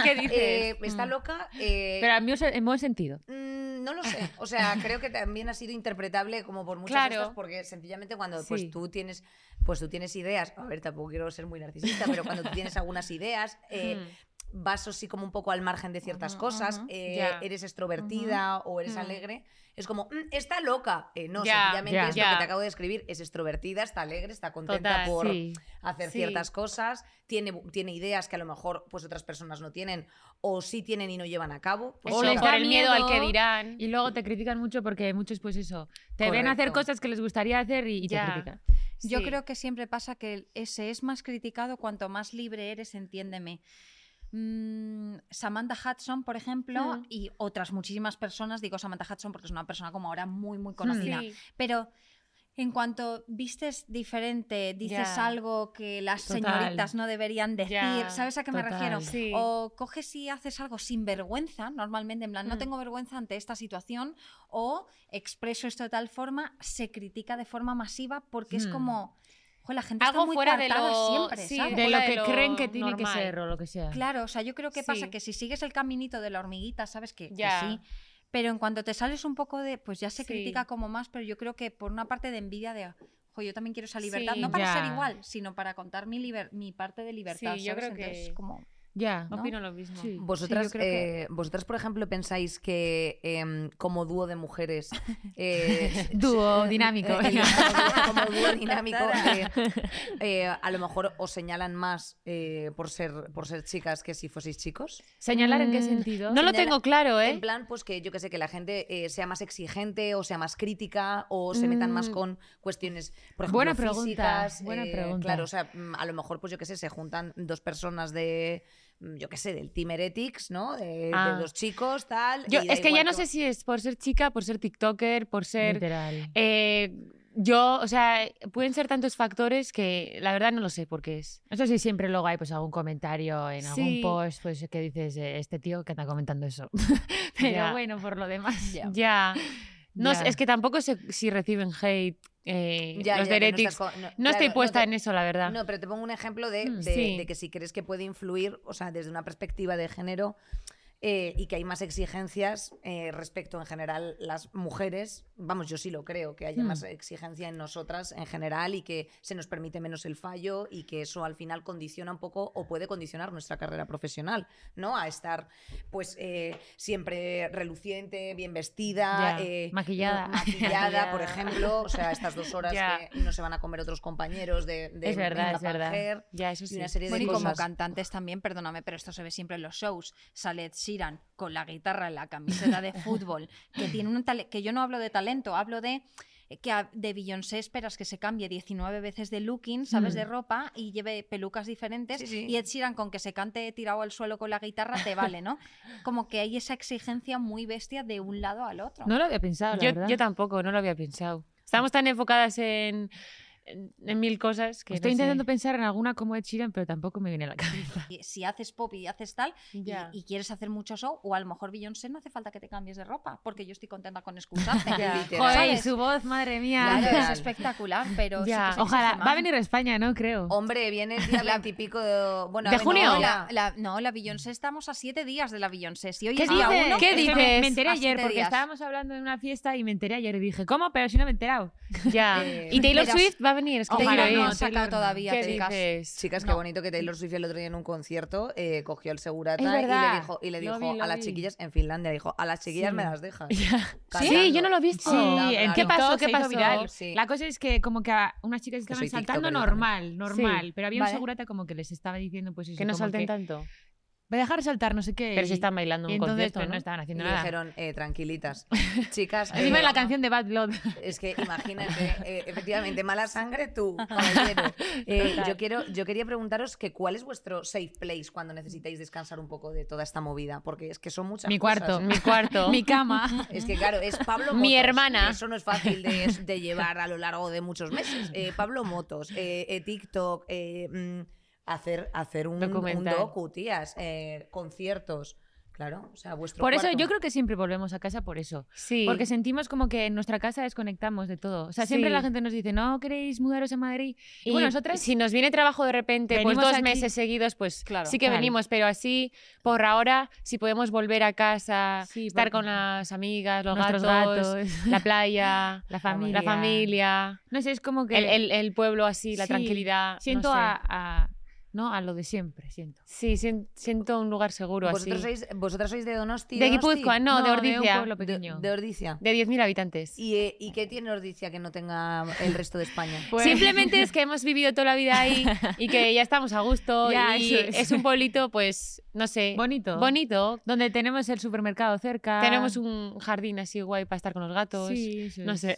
S3: ¿Qué dices?
S1: Eh, está loca. eh,
S4: Pero a mí os- en buen sentido.
S1: mm, no lo sé. O sea, creo que también ha sido interpretable como por muchas
S3: Claro.
S1: cosas, porque sencillamente cuando pues,
S4: Sí.
S1: tú tienes, pues tú tienes ideas. A ver, tampoco quiero ser muy narcisista, pero cuando tú tienes algunas ideas. eh,
S3: Mm,
S1: vas así como un poco al margen de ciertas
S2: Ujú,
S1: cosas,
S2: ujú.
S1: eh,
S3: Ya.
S1: eres extrovertida o eres
S2: Mm.
S1: alegre, es como, "Mm, está loca. Eh, no,
S3: Ya,
S1: sencillamente
S4: ya.
S1: es lo
S3: Ya.
S1: que te acabo de escribir, es extrovertida, está alegre, está contenta
S3: Total,
S1: por
S4: Sí.
S1: hacer
S3: Sí.
S1: ciertas cosas, tiene, tiene ideas que a lo mejor pues otras personas no tienen o sí tienen y no llevan a cabo. Pues,
S3: o
S4: les
S3: por
S4: da
S3: el miedo al
S4: miedo
S3: que dirán.
S4: Y luego te critican mucho porque muchos, pues eso, te ven
S1: Correcto.
S4: hacer cosas que les gustaría hacer y, y te
S3: Ya.
S4: critican.
S2: Yo
S3: Sí.
S2: creo que siempre pasa que el- ese es más criticado cuanto más libre eres, entiéndeme. Mm, Samantha Hudson, por ejemplo,
S4: Hmm.
S3: Mm.
S2: y otras muchísimas personas, digo Samantha Hudson porque es una persona como ahora muy, muy
S4: Sí.
S2: conocida,
S3: Sí.
S2: pero en cuanto vistes diferente, dices
S3: Ya.
S2: algo que las
S4: Total.
S2: señoritas no deberían decir,
S3: Ya,
S2: ¿sabes a qué me
S4: total.
S2: refiero?
S3: Sí.
S2: O coges y haces algo sin vergüenza, normalmente en plan, no
S3: Mm.
S2: tengo vergüenza ante esta situación, o expreso esto de tal forma, se critica de forma masiva porque es
S4: Hmm.
S2: como, "Jo, la gente está
S3: Mm. Algo
S2: muy
S3: fuera de
S2: tartada
S3: lo-
S2: siempre,
S3: sí,
S2: ¿sabes?".
S4: de lo
S3: Fuera de
S4: que
S3: lo
S4: creen que tiene
S3: normal.
S4: que ser o lo que sea.
S2: Claro, o sea, yo creo que pasa
S3: Sí.
S2: que si sigues el caminito de la hormiguita, sabes que, que
S3: Ya.
S2: sí. Pero en cuanto te sales un poco de, pues ya se
S3: Sí.
S2: critica como más, pero yo creo que por una parte de envidia de, jo, yo también quiero esa libertad,
S3: Sí.
S2: no para
S4: Ya.
S2: ser igual, sino para contar mi, liber- mi parte de libertad.
S3: Sí, yo
S2: ¿sabes?
S3: creo que-
S2: Entonces, como,
S4: Ya.
S2: ¿no?
S3: Opino lo mismo.
S4: Sí.
S1: Vosotras,
S2: creo que-
S1: eh, vosotras, por ejemplo, pensáis que em, como dúo de mujeres. eh,
S4: Dúo
S1: eh,
S4: dinámico.
S1: eh, eh, como dúo dinámico. eh, eh, a lo mejor os señalan más eh, por, ser, por ser chicas que si fueseis chicos.
S4: ¿Señalar en qué
S3: Mm,
S4: sentido?
S3: No lo
S1: Señala-
S3: tengo claro, ¿eh?
S1: En plan, pues que yo que sé, que la gente eh, sea más exigente o sea más crítica o se metan más
S3: Mm.
S1: con cuestiones, por ejemplo,
S4: Buena pregunta,
S1: físicas,
S4: buena
S1: eh,
S4: pregunta.
S1: Claro, o sea, mm, a lo mejor, pues yo que sé, se juntan dos personas de, mm, yo que sé, del Team Heretics, ¿no? De,
S4: Ah.
S1: de dos chicos, tal.
S3: Yo-
S1: y da
S3: es que ya
S1: igual
S3: no
S1: que-
S3: sé si es por ser chica, por ser TikToker, por ser.
S4: Literal.
S3: eh, yo, o sea, pueden ser tantos factores que la verdad no lo sé por qué es.
S4: Eso sí, siempre luego hay pues algún comentario en algún
S3: Sí.
S4: post pues que dices, eh, este tío que está comentando eso. Pero
S3: Ya.
S4: bueno, por lo demás.
S1: Ya.
S3: Ya. No,
S4: Ya.
S3: sé, es que tampoco sé si reciben hate eh,
S1: Ya,
S3: los
S1: ya,
S3: de
S1: que no
S3: Heretics.
S1: estás con- no,
S3: No estoy
S1: claro,
S3: puesta
S1: te-
S3: en eso, la verdad.
S1: No, pero te pongo un ejemplo de,
S4: Mm.
S1: de-
S3: Sí.
S1: de que si crees que puede influir, o sea, desde una perspectiva de género eh, y que hay más exigencias eh, respecto en general las mujeres, vamos, yo sí lo creo, que haya
S4: Mm.
S1: más exigencia en nosotras en general y que se nos permite menos el fallo y que eso al final condiciona un poco o puede condicionar nuestra carrera profesional, ¿no? A estar pues eh, siempre reluciente, bien vestida,
S4: Ya,
S1: eh,
S4: maquillada.
S1: no- maquillada, por
S3: Maquillada.
S1: ejemplo, o sea, estas dos horas
S3: Ya.
S1: que no se van a comer otros compañeros de, de
S4: Es verdad,
S1: Venga
S4: es verdad.
S1: Pajer,
S3: Ya, eso
S1: y
S3: sí.
S1: una serie de
S2: Bueno, y como
S1: cosas.
S2: cantantes también, perdóname, pero esto se ve siempre en los shows. Salet Siran con la guitarra en la camiseta de fútbol, que tiene un tale- que yo no hablo de talento, hablo de eh, que a- de Beyoncé esperas que se cambie 19 veces de looking, sabes,
S4: Mm.
S2: de ropa y lleve pelucas diferentes
S1: Sí, sí.
S2: y Ed Sheeran con que se cante tirado al suelo con la guitarra te vale, ¿no? Como que hay esa exigencia muy bestia de un lado al otro.
S4: No lo había pensado, la
S3: Yo,
S4: verdad.
S3: yo tampoco, no lo había pensado. Estamos tan enfocadas en, en, en mil cosas que.
S4: Estoy
S3: no sé.
S4: intentando pensar en alguna como Ed Sheeran, pero tampoco me viene a la cabeza.
S2: Y Si haces pop y haces tal, y-
S3: Ya.
S2: y, quieres hacer mucho show, o a lo mejor Beyoncé no hace falta que te cambies de ropa, porque yo estoy contenta con excusarte.
S1: Ya. Joder,
S2: ¿sabes?
S4: Joder, su voz, madre mía.
S2: Claro,
S1: Literal.
S2: es espectacular, pero sí
S3: Ya.
S2: que se
S4: Ojalá.
S2: exige más.
S4: Va a venir a España, ¿no? Creo.
S1: Hombre, viene el día veintipico de... Bueno,
S4: ¿De
S1: a ver,
S4: junio?
S1: no,
S2: No,
S1: la-
S2: la, la- no, la Beyoncé estamos a siete días de la Beyoncé. Si hoy
S4: ¿Qué
S2: es día
S4: dices?
S2: uno,
S3: ¿Qué
S4: Es que me-
S3: dices?
S4: Me enteré
S2: A
S4: ayer
S2: siete
S4: porque
S2: días.
S4: estábamos hablando en una fiesta y me enteré ayer y dije, ¿cómo? Pero si no me he enterado.
S3: Oh, Ya.
S1: Eh,
S3: y Taylor
S2: verás-
S3: Swift va a venir, es que
S2: Taylor no
S3: quiero ir.
S2: han sacado
S4: Taylor no.
S2: todavía,
S3: ¿Qué
S2: te digas.
S3: dices?
S1: Chicas, qué
S2: No.
S1: bonito que Taylor Swift el otro día en un concierto eh, cogió el
S3: Es
S1: segurata y
S3: verdad.
S1: le dijo, y le
S3: Lo
S1: dijo
S3: vi, lo
S1: a las
S3: vi.
S1: chiquillas en Finlandia, dijo, a las chiquillas
S4: Sí.
S1: me las dejas.
S3: Sí,
S1: Cantando.
S3: yo no lo he visto.
S4: Sí,
S1: Oh, claro,
S4: en
S1: claro.
S4: ¿qué pasó? ¿Qué
S3: pasó?
S4: pasó? Viral.
S1: Sí.
S4: La cosa es que como que a unas chicas
S1: Que
S4: estaban
S1: soy
S4: saltando
S1: tiktoker yo
S4: normal, normal, pero había
S2: Vale.
S4: un segurata como que les estaba diciendo pues eso,
S3: Que no
S4: como
S3: salten
S4: que,
S3: tanto.
S4: "Voy a dejar saltar no sé qué.
S3: Pero
S4: y-
S3: si están bailando
S4: y
S3: un
S4: entonces
S3: concierto,
S4: pues,
S3: ¿no?
S4: no estaban
S1: Y
S4: haciendo
S1: le
S4: nada.
S1: dijeron, eh, tranquilitas. Chicas,
S4: Encima
S1: eh,
S4: la canción de Bad Blood.
S1: Es que imagínate, eh, efectivamente, mala sangre tú, caballero. Eh, yo, quiero, yo quería preguntaros que cuál es vuestro safe place cuando necesitáis descansar un poco de toda esta movida, porque es que son muchas
S4: Mi
S1: cosas.
S4: cuarto.
S3: Mi cuarto.
S4: Mi cama.
S1: Es que claro, es Pablo Motos.
S3: Mi hermana.
S1: y Eso no es fácil de, de llevar a lo largo de muchos meses. Eh, Pablo Motos, eh, eh, TikTok, eh, mm, hacer, hacer un, un
S3: Documental.
S1: docu, tías, eh, conciertos. Claro, o sea, vuestro
S4: Por eso
S1: cuarto.
S4: yo creo que siempre volvemos a casa por eso.
S3: sí.
S4: Porque sentimos como que en nuestra casa desconectamos de todo. O sea, siempre
S3: Sí.
S4: la gente nos dice, no queréis mudaros a Madrid. Y,
S3: Y
S4: bueno, nosotras
S3: si nos viene trabajo de repente, pues
S4: Venimos
S3: dos
S4: aquí.
S3: meses seguidos, pues
S2: Claro.
S3: sí que
S4: Claro.
S3: venimos, pero así, por ahora, si podemos volver a casa,
S4: Sí,
S3: estar
S4: porque-
S3: con las amigas, los
S4: nuestros
S3: gatos,
S4: gatos,
S3: la playa,
S4: la familia.
S3: la familia,
S4: No sé, es como que
S3: el, el- el pueblo así, la
S4: Sí.
S3: tranquilidad. no
S4: siento
S3: sé.
S4: a, a- no a lo de siempre, siento.
S3: Sí, sien- siento un lugar seguro así.
S1: ¿Vosotros sois, vosotras sois de Donosti.
S3: De
S1: Donosti?
S3: Guipúzcoa, no, de
S4: De un
S3: Ordizia.
S4: pueblo
S1: De-
S4: pequeño.
S1: de Ordizia.
S3: De 10.000 habitantes.
S1: ¿Y, eh, ¿Y qué tiene Ordicia que no tenga el resto de España?
S3: Pues,
S4: pues
S3: Simplemente es que hemos vivido toda la vida ahí y que ya estamos a gusto
S4: Ya,
S3: y
S4: eso
S3: es.
S4: es.
S3: un pueblito, pues, no sé,
S4: Bonito.
S3: bonito.
S4: Donde tenemos el supermercado cerca.
S3: Tenemos un jardín así guay para estar con los gatos.
S4: Ah. Sí, eso
S3: No
S4: es.
S3: sé.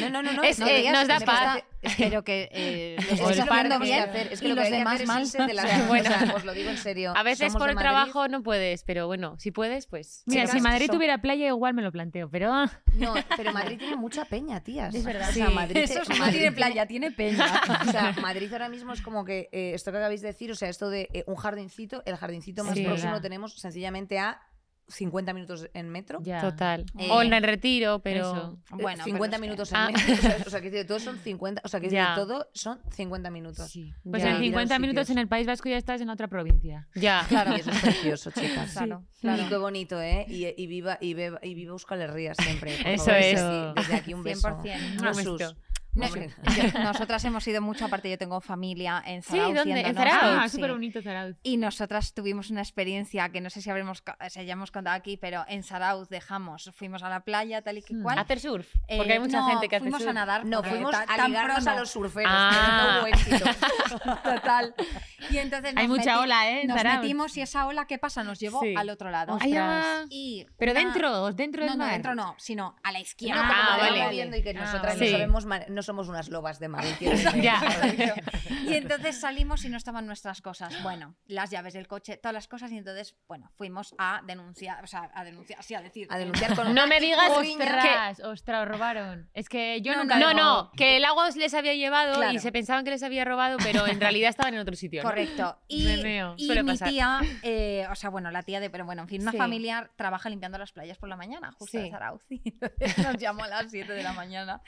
S1: No, no, no, no.
S3: Es-
S1: no
S3: eh,
S1: digas
S3: nos
S1: que
S3: da
S1: se
S3: paz.
S1: me está-
S2: Espero que eh, lo
S1: Es que
S2: estéis
S1: lo que
S2: haciendo
S1: hay que
S2: bien
S1: hacer- es que
S2: y
S1: lo que
S2: los
S1: hay que
S2: demás
S1: hacer es
S2: más mal.
S1: irse de la ciudad, o sea, os lo digo en serio.
S3: A
S1: Somos
S3: veces por
S1: de
S3: el
S1: Madrid.
S3: trabajo no puedes, pero bueno, si puedes, pues.
S4: Mira,
S1: Chicas,
S4: si Madrid
S1: son-
S4: tuviera playa, igual me lo planteo, pero. ah,
S1: No, pero Madrid tiene mucha peña, tías.
S4: Es verdad.
S1: O sea,
S4: Sí,
S1: Madrid,
S2: eso es, no
S1: Madrid-
S2: tiene playa, tiene peña.
S1: O sea, Madrid ahora mismo es como que eh, esto que acabáis de decir, o sea, esto de eh, un jardincito, el jardincito más
S4: Sí,
S1: próximo
S4: verdad.
S1: lo tenemos sencillamente a 50 minutos en metro.
S4: Ya.
S3: Total.
S1: Eh,
S3: o en el retiro, pero.
S4: Eso.
S1: eh, 50 minutos en
S3: Ah.
S1: metro. O sea, o sea, que todos son 50, o sea, que
S3: Ya.
S1: todo son 50 minutos.
S4: Sí. Pues
S3: Ya.
S1: Ir
S4: en
S1: a los
S4: 50 minutos
S1: sitios.
S4: en el País Vasco ya estás en otra provincia.
S3: Ya.
S1: Claro, y eso es precioso, chicas.
S2: Claro,
S1: Y qué bonito, ¿eh? Y, y viva y beba- y viva Euskal Herria siempre. por
S3: Eso,
S1: favor.
S3: eso.
S1: Desde aquí un beso.
S2: 100%.
S3: Un
S1: Jesús.
S3: beso.
S2: No,
S1: Hombre.
S2: yo- nosotras hemos ido mucho, aparte yo tengo familia en
S3: Sí,
S2: Zarauz.
S3: ¿dónde?
S2: yéndonos.
S3: ¿En Zarautz?
S4: Ah,
S2: Sí.
S4: súper bonito Zarauz.
S2: Y nosotras tuvimos una experiencia que no sé si habremos, ca- si hayamos contado aquí, pero en Zarauz dejamos, fuimos a la playa, tal y que
S4: Hmm.
S2: cual.
S3: Hacer surf.
S2: Eh,
S3: Porque hay mucha
S2: no,
S3: gente que hace
S2: fuimos
S3: surf.
S2: a nadar.
S1: No,
S2: porque
S1: fuimos
S2: ta-
S1: Ah, a
S2: tan
S1: ligarnos
S2: pronto.
S1: a los surferos,
S3: Ah.
S1: pero no hubo éxito. Total.
S2: Y entonces
S4: Hay
S2: nos
S4: mucha
S2: meti-
S4: ola, ¿eh? en
S2: Nos
S4: Zarautz.
S2: metimos y esa ola, ¿qué pasa? Nos llevó
S3: Sí.
S2: al otro lado.
S4: Ostras.
S2: Y
S4: Pero
S2: una-
S4: dentro, dentro del
S2: No, no,
S4: mar.
S2: dentro no, sino a la
S1: No,
S2: izquierda.
S1: pero
S3: Ah,
S1: como
S3: vale.
S1: vamos viendo y que
S4: Ah,
S1: nosotras
S3: vale.
S1: no,
S3: Sí.
S1: sabemos ma- no somos unas lobas de Madrid. quiero decir.
S3: Ya.
S2: Y entonces salimos y no estaban nuestras cosas. Bueno, las llaves del coche, todas las cosas. Y entonces, bueno, fuimos a denunciar, o sea, a denunciar, sí, a decir.
S1: A denunciar con
S3: No me digas que.
S4: Ostras, ostras, robaron. Es que yo
S2: No,
S4: nunca.
S3: No,
S4: digo-
S3: no, que el agua os les había llevado
S1: Claro.
S3: y se pensaban que les había robado, pero en realidad estaban en otro sitio. ¿no?
S2: Correcto. Y,
S4: Me meo.
S2: y
S3: Suele
S2: mi
S3: pasar.
S2: tía, eh, o sea, bueno, la tía de, pero bueno, en fin, una
S3: Sí.
S2: familiar trabaja limpiando las playas por la mañana, justo
S3: Sí.
S2: en Zarauz. Y nos llamó a las 7 de la mañana.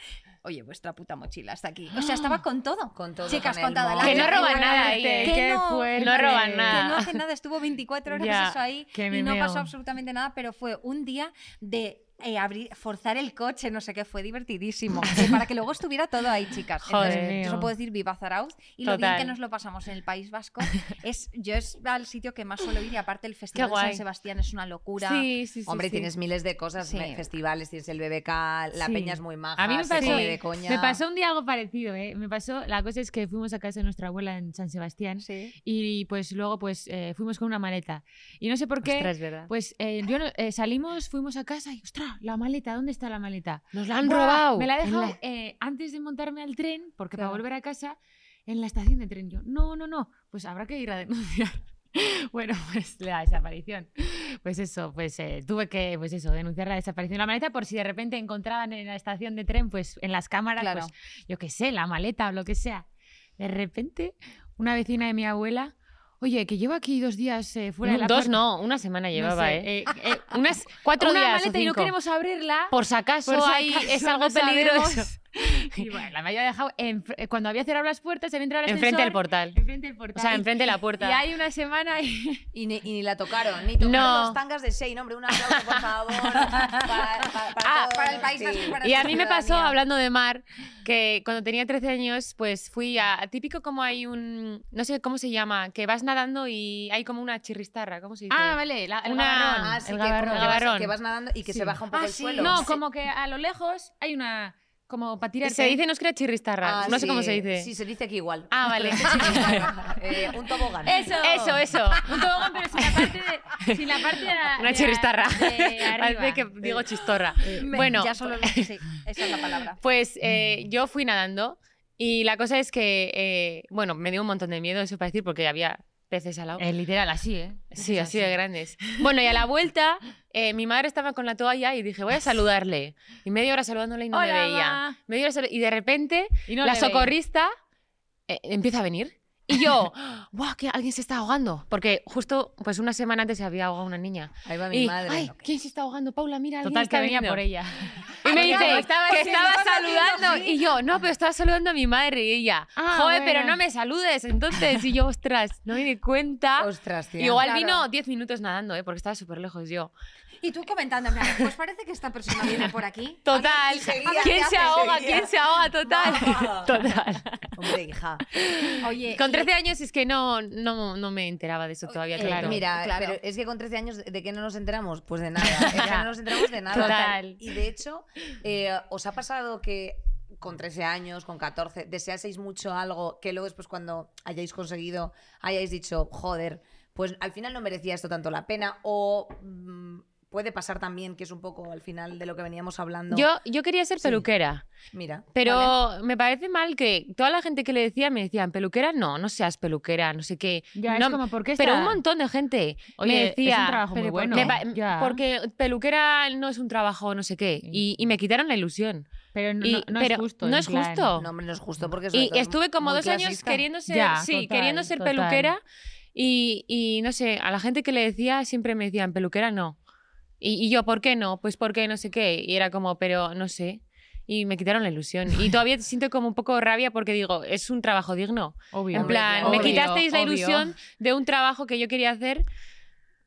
S2: Oye, vuestra puta mochila está aquí. O sea, estaba con todo.
S1: Con todo.
S2: Chicas,
S1: con el
S2: contada,
S1: móvil.
S2: la-
S3: Que no roban
S2: Ay,
S3: nada ahí.
S4: Eh,
S3: ¿eh?
S2: que
S4: qué
S2: no-
S4: fuerte.
S3: No roban
S2: que no
S3: nada.
S2: hace nada, estuvo 24 horas
S3: Ya,
S2: eso ahí
S4: que me
S2: y no
S4: meo.
S2: pasó absolutamente nada, pero fue un día de eh, abrir, forzar el coche, no sé qué, fue divertidísimo, eh, para que luego estuviera todo ahí, chicas. Entonces,
S3: Joder,
S4: mío.
S2: yo solo puedo decir viva Zarauz y lo bien
S3: Total.
S2: que nos lo pasamos en el País Vasco. Es, yo es al sitio que más suelo ir y aparte el Festival
S3: Qué guay.
S2: San Sebastián es una locura.
S3: Sí, sí, sí.
S1: Hombre,
S3: sí.
S1: tienes miles de cosas,
S2: Sí.
S1: me- festivales, tienes el BBK, la
S4: Sí.
S1: peña es muy maja,
S4: A mí me
S1: se
S4: pasó-
S1: come de coña.
S4: Me pasó un día algo parecido, ¿eh? Me pasó, la cosa es que fuimos a casa de nuestra abuela en San Sebastián
S2: Sí.
S4: y pues luego pues eh, fuimos con una maleta. Y no sé por qué,
S3: Ostras, ¿verdad?
S4: pues eh, yo no- eh, salimos, fuimos a casa y, ostras, la maleta, ¿dónde está la maleta?
S3: Nos la han
S4: Buah,
S3: robado.
S4: Me la
S3: En
S4: dejó eh, antes de montarme al tren, porque
S3: Claro.
S4: para volver a casa, en la estación de tren. Yo, no, no, no, pues habrá que ir a denunciar. bueno, pues la desaparición. Pues eso, pues eh, tuve que, pues eso, denunciar la desaparición de la maleta por si de repente encontraban en la estación de tren, pues en las cámaras,
S2: Claro.
S4: pues, yo qué sé, la maleta o lo que sea. De repente, una vecina de mi abuela, oye, que llevo aquí dos días eh, fuera de
S3: No,
S4: la
S3: Dos
S4: puerta".
S3: no, una semana llevaba,
S4: sé,
S3: ¿eh? Unas cuatro
S4: una
S3: días. o
S4: maleta y no
S3: cinco.
S4: queremos abrirla.
S3: Por si acaso,
S4: Por si
S3: ahí
S4: acaso,
S3: es algo
S4: no sabemos.
S3: peligroso.
S4: Y bueno, la me había dejado en- cuando había cerrado las puertas, se había entrado el
S3: Enfrente del
S4: ascensor,
S3: portal.
S4: Enfrente del portal.
S3: O sea, enfrente de la
S4: Y
S3: puerta.
S4: hay una semana y...
S1: Y ni, y ni la tocaron, ni tocaron
S3: No.
S1: los tangas de Shane, hombre, un aplauso, por favor. Para, para,
S3: Ah,
S1: todos,
S2: para el País
S1: sí.
S2: Vasco y para-
S3: Y a mí me pasó,
S1: Ah,
S2: ciudadanía.
S3: hablando de mar, que cuando tenía 13 años, pues fui a. Típico como hay un. No sé cómo se llama, que vas nadando y hay como una chirristarra, ¿cómo se dice?
S4: Ah, vale, la, el
S3: Una-
S4: gabarrón.
S1: Ah, sí,
S4: el
S1: que, como
S4: gabarrón.
S1: que vas-
S3: gabarrón.
S1: que vas nadando y que
S4: Sí.
S1: se baja un poco
S2: Ah,
S1: el
S2: sí.
S1: suelo.
S4: No,
S1: Sí.
S4: como que a lo lejos hay una... Como para tirarte.
S3: Se dice, no es que era chirristarra,
S1: Ah,
S3: no sé
S1: sí.
S3: cómo se dice.
S1: Sí, se dice que igual.
S3: Ah, vale.
S1: Eh, un tobogán.
S4: ¡Eso!
S3: Eso, eso.
S4: Un tobogán, pero sin la parte de... Sin la parte de la-
S3: Una
S4: de la-
S3: chirristarra.
S4: de arriba.
S3: Parece que digo chistorra.
S2: Me-
S3: Bueno,
S2: ya solo lo- sí, esa es la palabra.
S3: Pues eh, yo fui nadando y la cosa es que, eh, bueno, me dio un montón de miedo, eso para decir, porque había peces al agua.
S4: Eh, literal, así, ¿eh?
S3: Sí,
S4: Es
S3: así de grandes. Bueno, y a la vuelta, eh, mi madre estaba con la toalla y dije, voy a saludarle. Y media hora saludándole y no
S4: Hola,
S3: me veía.
S4: ma.
S3: Media hora salu- y de repente,
S4: Y no
S3: la
S4: le veía.
S3: socorrista eh, empieza a venir. Y yo, ¡guau! Que alguien se está ahogando. Porque justo, pues una semana antes se había ahogado una niña.
S1: Ahí va mi
S3: Y,
S1: madre.
S3: ¡ay! ¿Quién se está ahogando? Paula, mira, alguien
S4: Total,
S3: está
S4: que venía
S3: viniendo".
S4: por ella.
S3: Y me
S4: Ah,
S3: dice
S4: claro, estaba
S3: que
S4: haciendo-
S3: estaba
S4: estaba haciendo
S3: saludando.
S4: así.
S3: Y yo, no, pero estaba saludando a mi madre. Y ella,
S4: Ah,
S3: joder, pero
S4: bueno.
S3: no me saludes. Entonces, y yo, ostras, no me di cuenta.
S1: Ostras, tía.
S3: Igual
S2: Claro.
S3: vino 10 minutos nadando, ¿eh? porque estaba súper lejos yo.
S2: Y tú comentándome, pues parece que esta persona viene por aquí.
S3: Total.
S1: seguía,
S3: ¿Quién
S1: ya
S3: se
S1: te
S3: ahoga?
S1: seguía.
S3: ¿Quién se ahoga? Total.
S1: Vamos.
S3: Total.
S1: Hombre, hija.
S2: Oye,
S3: Con
S2: Eh, y-
S3: 13 años es que no, no, no me enteraba de eso todavía.
S2: Eh,
S3: claro.
S1: Mira,
S2: Claro.
S1: pero es que con 13 años, ¿de qué no nos enteramos? Pues de nada. Es que no nos enteramos de nada.
S3: Total.
S1: Y de hecho, eh, ¿os ha pasado que con 13 años, con 14, deseaseis mucho algo que luego después cuando hayáis conseguido, hayáis dicho, joder, pues al final no merecía esto tanto la pena o... mm, puede pasar también, que es un poco al final de lo que veníamos hablando.
S3: Yo, yo quería ser
S1: Sí.
S3: peluquera,
S1: Mira,
S3: pero me parece mal que toda la gente que le decía me decían, peluquera no, no seas peluquera, no sé qué.
S4: Ya,
S3: No,
S4: es como, ¿por qué
S3: Pero
S4: está-
S3: un montón de gente
S4: Oye,
S3: me decía...
S4: es un trabajo muy
S2: pero ¿por
S4: bueno.
S2: qué?
S3: me pa-
S4: ya.
S3: Porque peluquera no es un trabajo, no sé qué. Y, y me quitaron la ilusión.
S4: pero no,
S3: y-
S4: no- no
S3: pero
S4: es justo.
S3: no
S4: en
S3: es
S4: plan.
S3: justo. Mm.
S1: no, hombre, no es justo porque sobre
S3: Y
S1: todo es
S3: estuve como
S1: muy
S3: dos años
S1: clasista.
S3: queriendo ser,
S4: Ya,
S3: sí,
S4: total,
S3: queriendo ser
S4: total.
S3: peluquera y, y no sé, a la gente que le decía siempre me decían, peluquera no. Y, y yo, ¿por qué no? Pues porque no sé qué. Y era como, pero no sé. Y me quitaron la ilusión. Y todavía siento como un poco rabia porque digo, es un trabajo digno.
S4: Obvio.
S3: En
S1: Hombre,
S3: plan,
S1: claro.
S3: me
S1: Obvio,
S3: quitasteis la
S4: obvio.
S3: ilusión de un trabajo que yo quería hacer,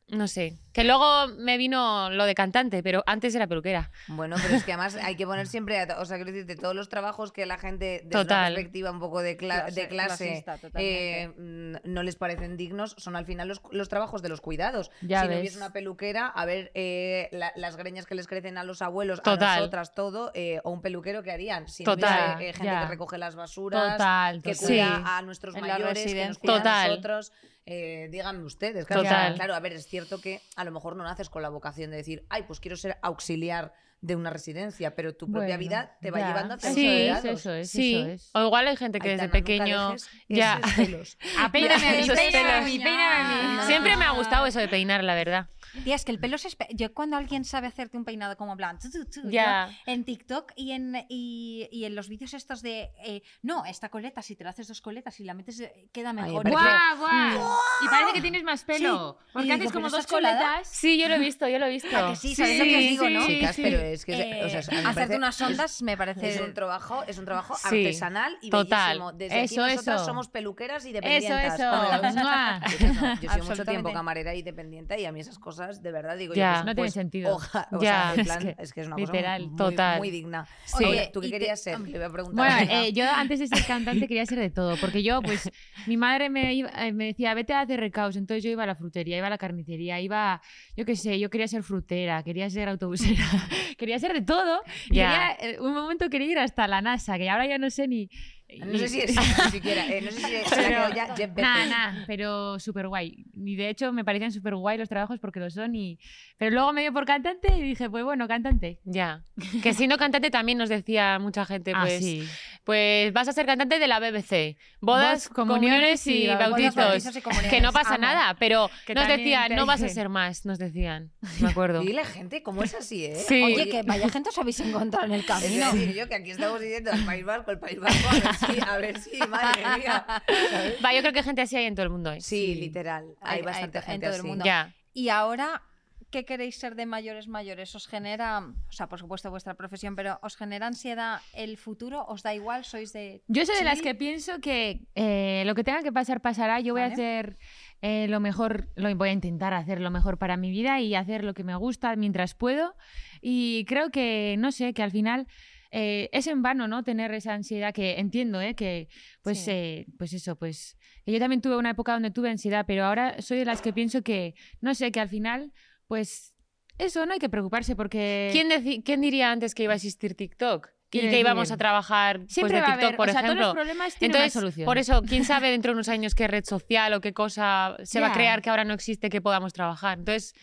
S3: no sé. Que luego me vino lo de cantante, pero antes era peluquera.
S1: Bueno, pero es que además hay que poner siempre, a- o sea, quiero decirte, todos los trabajos que la gente desde una
S3: Total.
S1: perspectiva un poco de, cla- de clase
S2: Clasista,
S1: eh,
S2: totalmente.
S1: mm, no les parecen dignos son al final los, los trabajos de los cuidados.
S4: Ya
S1: si no
S4: ves.
S1: hubiese una peluquera, a ver eh, la- las greñas que les crecen a los abuelos, a
S3: Total.
S1: nosotras, todo, eh, o un peluquero, ¿qué harían? Si no
S3: Total,
S1: hubiese eh, gente
S4: ya.
S1: que recoge las basuras,
S4: Total,
S1: que
S4: total.
S1: cuida
S3: Sí.
S1: a nuestros
S2: En la
S1: mayores, que nos
S2: residencia.
S1: cuida a
S3: Total.
S1: nosotros. eh, díganme ustedes, claro,
S3: Total.
S1: que- claro, a ver, es cierto que a lo mejor no naces con la vocación de decir, ay, pues quiero ser auxiliar de una residencia, pero tu propia
S4: Bueno,
S1: vida te va
S4: ya.
S1: llevando hacia
S4: Eso
S1: esos
S3: Sí,
S1: lados.
S4: es, eso es,
S3: sí. Oh,
S4: eso es.
S3: O igual hay gente que
S1: Aitana,
S3: desde
S1: nunca
S3: pequeño...
S1: dejes
S3: ya.
S1: esos pelos.
S4: Peíname a mí,
S3: Esos
S4: peíname a mí,
S2: pelos.
S4: peíname a mí.
S1: Ah.
S3: Siempre me ha gustado eso de peinar, la verdad.
S2: Tía, es que el pelo se... espe- Yo cuando alguien sabe hacerte un peinado como en plan... tu, tu, tu,
S3: Ya.
S2: yo en TikTok y en, y, y en los vídeos estos de... eh, no, esta coleta, si te la haces dos coletas y la metes... eh, Queda
S1: me
S2: mejor.
S1: parece-
S2: Guau.
S4: ¡Guau, guau! Y parece que tienes más pelo.
S2: Sí. Y
S4: Porque haces
S2: digo,
S4: como
S2: ¿pero
S4: dos
S2: esta chulada?
S4: coletas.
S3: Sí, yo lo he visto, yo lo he visto.
S4: Ah,
S2: ¿A que sí? ¿Sabéis lo que os digo, no?
S3: sí,
S1: Chicas,
S3: sí.
S1: pero es que,
S2: Eh,
S1: o sea, a mí me
S2: hacerte
S1: parece-
S2: unas ondas me parece...
S1: Es un trabajo, es un trabajo
S3: Sí.
S1: artesanal y
S3: Total.
S1: bellísimo. Desde
S4: Eso,
S1: aquí nosotras
S4: eso.
S1: somos peluqueras y
S4: Eso,
S1: dependientas.
S4: eso.
S1: Bueno, la-
S4: ¡Mua!
S1: Yo sé, no, yo soy mucho
S2: Absolutamente.
S1: tiempo camarera y dependiente y a mí esas cosas, de verdad, digo
S3: Ya.
S1: yo, pues,
S4: No tiene
S1: pues,
S4: sentido.
S1: oja- o
S3: Ya,
S1: sea, en
S3: es
S1: plan, es,
S3: que,
S1: que, es una
S4: literal,
S1: cosa muy,
S3: total.
S1: muy digna.
S3: Sí.
S1: Oye, ¿tú qué
S2: y te-
S1: querías ser?
S2: hombre.
S1: Le voy a preguntar.
S4: Bueno,
S1: a Ana.
S4: eh, yo antes de ser cantante quería ser de todo, porque yo, pues, mi madre me, iba- eh, me decía, vete a hacer recaos, entonces yo iba a la frutería, iba a la carnicería, iba, yo qué sé, yo quería ser frutera, quería ser autobusera, quería ser de todo. y
S3: Ya.
S4: quería, eh, un momento quería ir hasta la NASA, que ahora ya no sé ni...
S1: no sé si es ni siquiera, eh, no sé si se le ha quedado ya Jeff
S4: Nada,
S1: Bezos.
S4: pero súper guay. Y de hecho me parecían súper guay los trabajos porque lo son. Y... Pero luego me dio por cantante y dije, pues bueno, cantante.
S3: Ya. Que siendo cantante también nos decía mucha
S4: Ah,
S3: gente, pues, pues vas a ser cantante de la BBC. Bodas,
S4: Bodas, comuniones
S3: comuniones
S4: y
S3: y
S4: bautizos.
S3: bautizos.
S2: bautizos y comuniones.
S3: que no pasa
S2: Amo.
S3: nada, pero
S4: Que
S3: nos
S4: también
S3: decían,
S4: te
S3: no vas a
S4: dije.
S3: ser más, nos decían. Me acuerdo.
S1: Y la gente, ¿cómo es así, eh?
S3: Sí.
S2: Oye, que vaya gente os habéis encontrado en el
S1: Es
S2: camino.
S1: decir, yo que aquí estamos diciendo el País Vasco, el País Vasco, a ver si, a ver si, madre mía. ¿sabes?
S3: Va, yo creo que gente así hay en todo el mundo. ¿eh?
S1: Sí,
S4: Sí.
S1: literal.
S2: Hay-
S1: Hay,
S2: hay
S1: bastante
S2: to- en
S1: gente
S2: todo el
S1: así.
S2: mundo.
S3: Ya.
S2: Y ahora, ¿qué queréis ser de mayores mayores? ¿Os genera, o sea, por supuesto vuestra profesión, pero os genera ansiedad el futuro? ¿Os da igual? ¿Sois de...
S4: Yo soy de las
S2: Sí.
S4: que pienso que eh, lo que tenga que pasar pasará. Yo voy
S2: Vale.
S4: a hacer eh, lo mejor, lo, voy a intentar hacer lo mejor para mi vida y hacer lo que me gusta mientras puedo. Y creo que, no sé, que al final eh, es en vano, ¿no? Tener esa ansiedad que entiendo, ¿eh? Que, pues,
S2: Sí.
S4: eh, pues eso, pues. que Yo también tuve una época donde tuve ansiedad, pero ahora soy de las que pienso que, no sé, que al final, pues, eso, no hay que preocuparse porque.
S3: ¿Quién, deci- quién diría antes que iba a existir TikTok? Y
S4: Quiero
S3: que íbamos
S4: decir,
S3: a trabajar pues,
S4: Siempre
S3: de
S4: va a
S3: TikTok,
S4: haber,
S3: por
S4: o sea,
S3: ejemplo.
S4: todos los problemas tienen
S3: Entonces,
S4: una solución.
S3: por eso, quién sabe dentro de unos años qué red social o qué cosa se va a
S4: Ya.
S3: crear que ahora no existe que podamos trabajar. Entonces,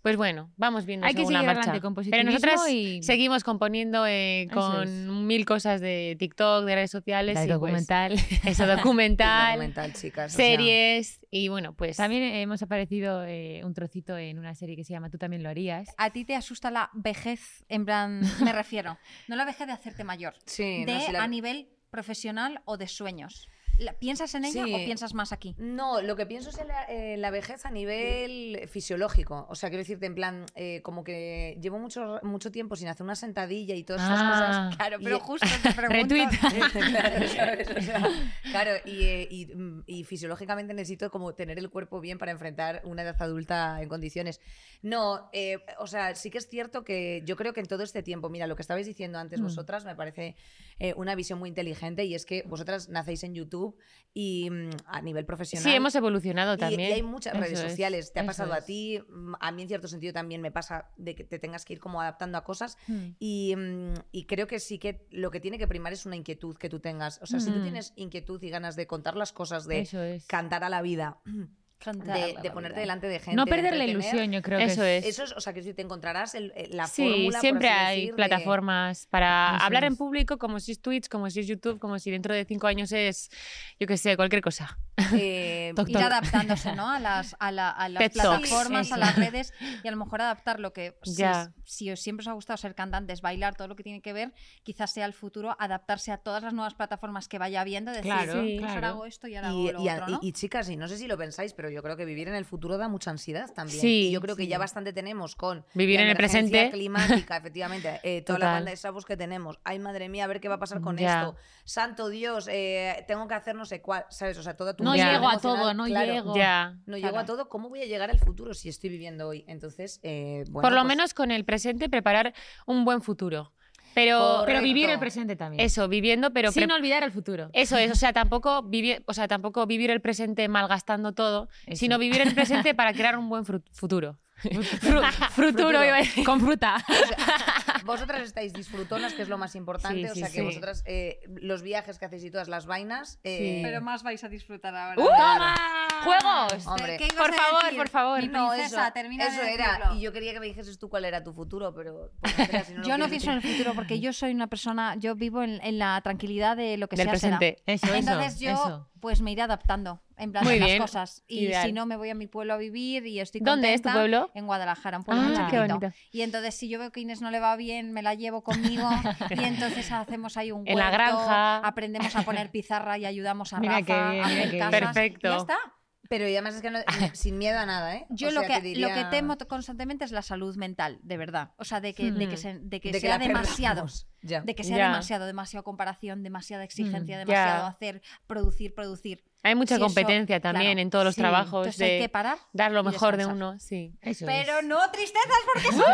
S3: pues bueno, vamos viendo
S4: hay que
S3: según
S4: seguir
S3: la marcha.
S4: adelante con
S3: Pero
S4: positivismo
S3: nosotras
S4: y
S3: seguimos componiendo eh,
S4: Eso
S3: con
S4: es.
S3: mil cosas de TikTok, de redes sociales,
S4: Dale,
S3: y
S4: documental.
S3: Pues, eso,
S1: Documental,
S3: documental,
S1: chicas. o sea,
S3: series y bueno, pues
S4: También hemos aparecido eh, un trocito en una serie que se llama Tú también lo harías.
S2: ¿A ti te asusta la vejez? En plan, me refiero, no la vejez de hacerte mayor,
S1: sí,
S2: de
S1: no, sí, la-
S2: a nivel profesional o de sueños. ¿La- ¿Piensas en ella
S1: Sí.
S2: o piensas más aquí?
S1: No, lo que pienso es en la, en la vejez a nivel fisiológico. O sea, quiero decirte, en plan, eh, como que llevo mucho, mucho tiempo sin hacer una sentadilla y todas esas cosas.
S4: Ah,
S2: Claro,
S1: pero
S2: pero justo te pregunto.
S1: claro, ¿sabes? O sea, claro, y, eh, y, mm, y fisiológicamente necesito como tener el cuerpo bien para enfrentar una edad adulta en condiciones. No, eh, o sea, sí que es cierto que yo creo que en todo este tiempo, mira, lo que estabais diciendo antes
S4: Mm.
S1: vosotras me parece eh, una visión muy inteligente y es que vosotras nacéis en YouTube y mm, a nivel profesional.
S3: sí, hemos evolucionado
S1: Y- Y,
S3: también.
S1: hay muchas
S4: Eso
S1: redes
S4: es,
S1: sociales. te ha
S4: eso
S1: pasado a
S4: es.
S1: ti, mm, a mí en cierto sentido también me pasa de que te tengas que ir como adaptando a cosas. Y, mm, y creo que sí que lo que tiene que primar es una inquietud que tú tengas. O sea, si tú
S4: Mm.
S1: tienes inquietud y ganas de contar las cosas, de
S4: Eso es.
S1: cantar a la vida, de, de ponerte delante de gente.
S4: No
S1: de
S4: perder la
S1: entretener.
S4: ilusión, yo creo que
S3: Eso es.
S1: Eso es, o sea, que si te encontrarás el- el- la
S3: Sí,
S1: fórmula. por
S3: siempre
S1: así
S3: hay
S1: decir, de-
S3: plataformas para
S4: Eso
S3: hablar en
S4: es.
S3: público, como si es Twitch, como si es YouTube, como si dentro de cinco años es, yo qué sé, cualquier cosa.
S1: eh,
S3: Toc,
S1: ir
S2: ir
S3: toc.
S1: adaptando.
S2: adaptándose ¿no? a las, a la- a las
S3: TED Talks.
S2: plataformas,
S1: Sí,
S2: a
S1: sí.
S2: las redes y a lo mejor adaptar lo que si,
S3: Ya.
S2: os- si os siempre os ha gustado ser cantantes, bailar, todo lo que tiene que ver, quizás sea el futuro adaptarse a todas las nuevas plataformas que vaya viendo, decir,
S4: Claro,
S2: "Pues
S4: Sí.
S2: ahora
S4: claro.
S2: hago esto y
S1: Y,
S2: ahora hago lo
S1: y a-
S2: otro, ¿no?
S1: y- y chicas, y no sé si lo pensáis, pero yo creo que vivir en el futuro da mucha ansiedad también.
S3: Sí,
S1: y yo creo que
S4: sí.
S1: ya bastante tenemos con
S3: Vivir
S1: la
S3: en el
S1: emergencia
S3: presente.
S1: climática, efectivamente. eh, toda la
S3: Total.
S1: banda de sapos que tenemos. Ay, madre mía, a ver qué va a pasar con
S3: Ya.
S1: esto. Santo Dios, eh, tengo que hacer no sé cuál, ¿sabes? O sea, toda tu
S3: Ya.
S4: No
S1: gestión
S4: llego a
S1: emocional,
S4: todo, no
S1: claro,
S4: llego.
S3: Ya.
S1: No llego a
S4: Claro.
S1: todo. ¿Cómo voy a llegar al futuro si estoy viviendo hoy? Entonces, eh, bueno,
S3: Por lo
S1: pues,
S3: menos con el presente preparar un buen futuro. Pero
S1: Correcto.
S4: Pero vivir el presente también.
S3: eso, viviendo, pero
S4: Sin
S3: pre-
S4: olvidar el futuro.
S3: Eso es, o sea, tampoco vivir, o sea, tampoco vivir el presente malgastando todo,
S4: Eso.
S3: sino vivir el presente para crear un buen fru- futuro.
S1: Fruturo.
S3: Futuro, iba a decir.
S4: Con fruta.
S1: O sea, vosotras estáis disfrutonas, que es lo más importante.
S3: Sí,
S1: o
S3: sí,
S1: sea, que
S3: sí.
S1: vosotras, eh, los viajes que hacéis y todas las vainas. eh,
S2: Pero más vais a disfrutar ahora.
S3: ¡Uh!
S1: Claro.
S4: Ah,
S3: ¡Juegos!
S1: Hombre,
S2: ¿Qué ibas
S3: Por
S2: a
S3: favor,
S2: decir?
S3: por favor.
S2: Mi
S1: No,
S2: princesa,
S1: eso,
S2: termina de
S1: eso era.
S2: decirlo.
S1: Y yo quería que me dijeses tú cuál era tu futuro, pero. pues, Andrea, si
S2: Yo
S1: lo
S2: no
S1: quieres
S2: pienso en el
S1: decir.
S2: futuro porque yo soy una persona, yo vivo en, en la tranquilidad de lo que
S3: Del
S2: sea será.
S3: presente.
S4: Eso, eso.
S2: Entonces yo
S4: eso.
S2: pues me iré adaptando en plan
S3: Muy
S2: a las
S3: bien,
S2: cosas y
S3: ideal.
S2: si no me voy a mi pueblo a vivir y estoy contenta.
S3: ¿Dónde es tu pueblo?
S2: En Guadalajara, un pueblo muy
S3: Ah,
S2: chiquitito.
S3: qué bonito.
S2: Y entonces si yo veo que Inés no le va bien, me la llevo conmigo y entonces hacemos ahí un huerto,
S3: En la granja.
S2: aprendemos a poner pizarra y ayudamos a
S4: Mira
S2: Rafa
S4: qué bien,
S2: a
S4: mira
S2: hacer
S4: qué
S2: casas.
S4: bien.
S3: Perfecto.
S2: Ya está.
S1: Pero y además es que no- sin miedo a nada, ¿eh?
S2: Yo
S1: O
S2: lo,
S1: sea,
S2: que,
S1: te
S2: lo que
S1: diría
S2: temo t- constantemente es la salud mental, de verdad. O sea, de que, de que,
S3: Hmm.
S2: se- de que
S1: de que
S2: sea
S1: la
S2: demasiado.
S1: perdamos. Ya.
S2: De que sea
S3: Ya.
S2: demasiado, demasiado comparación, demasiada exigencia,
S4: Mm,
S3: ya.
S2: demasiado hacer, producir, producir.
S3: Hay mucha
S2: Sí, eso,
S3: competencia también
S2: claro.
S3: en todos los
S4: Sí,
S3: trabajos
S2: Entonces hay que
S3: Pues de Pues
S2: parar.
S3: dar lo
S2: y
S3: mejor de
S2: descansar.
S3: uno, sí.
S4: Eso
S2: Pero
S4: es.
S2: no tristezas porque
S3: ¡Uh!
S2: son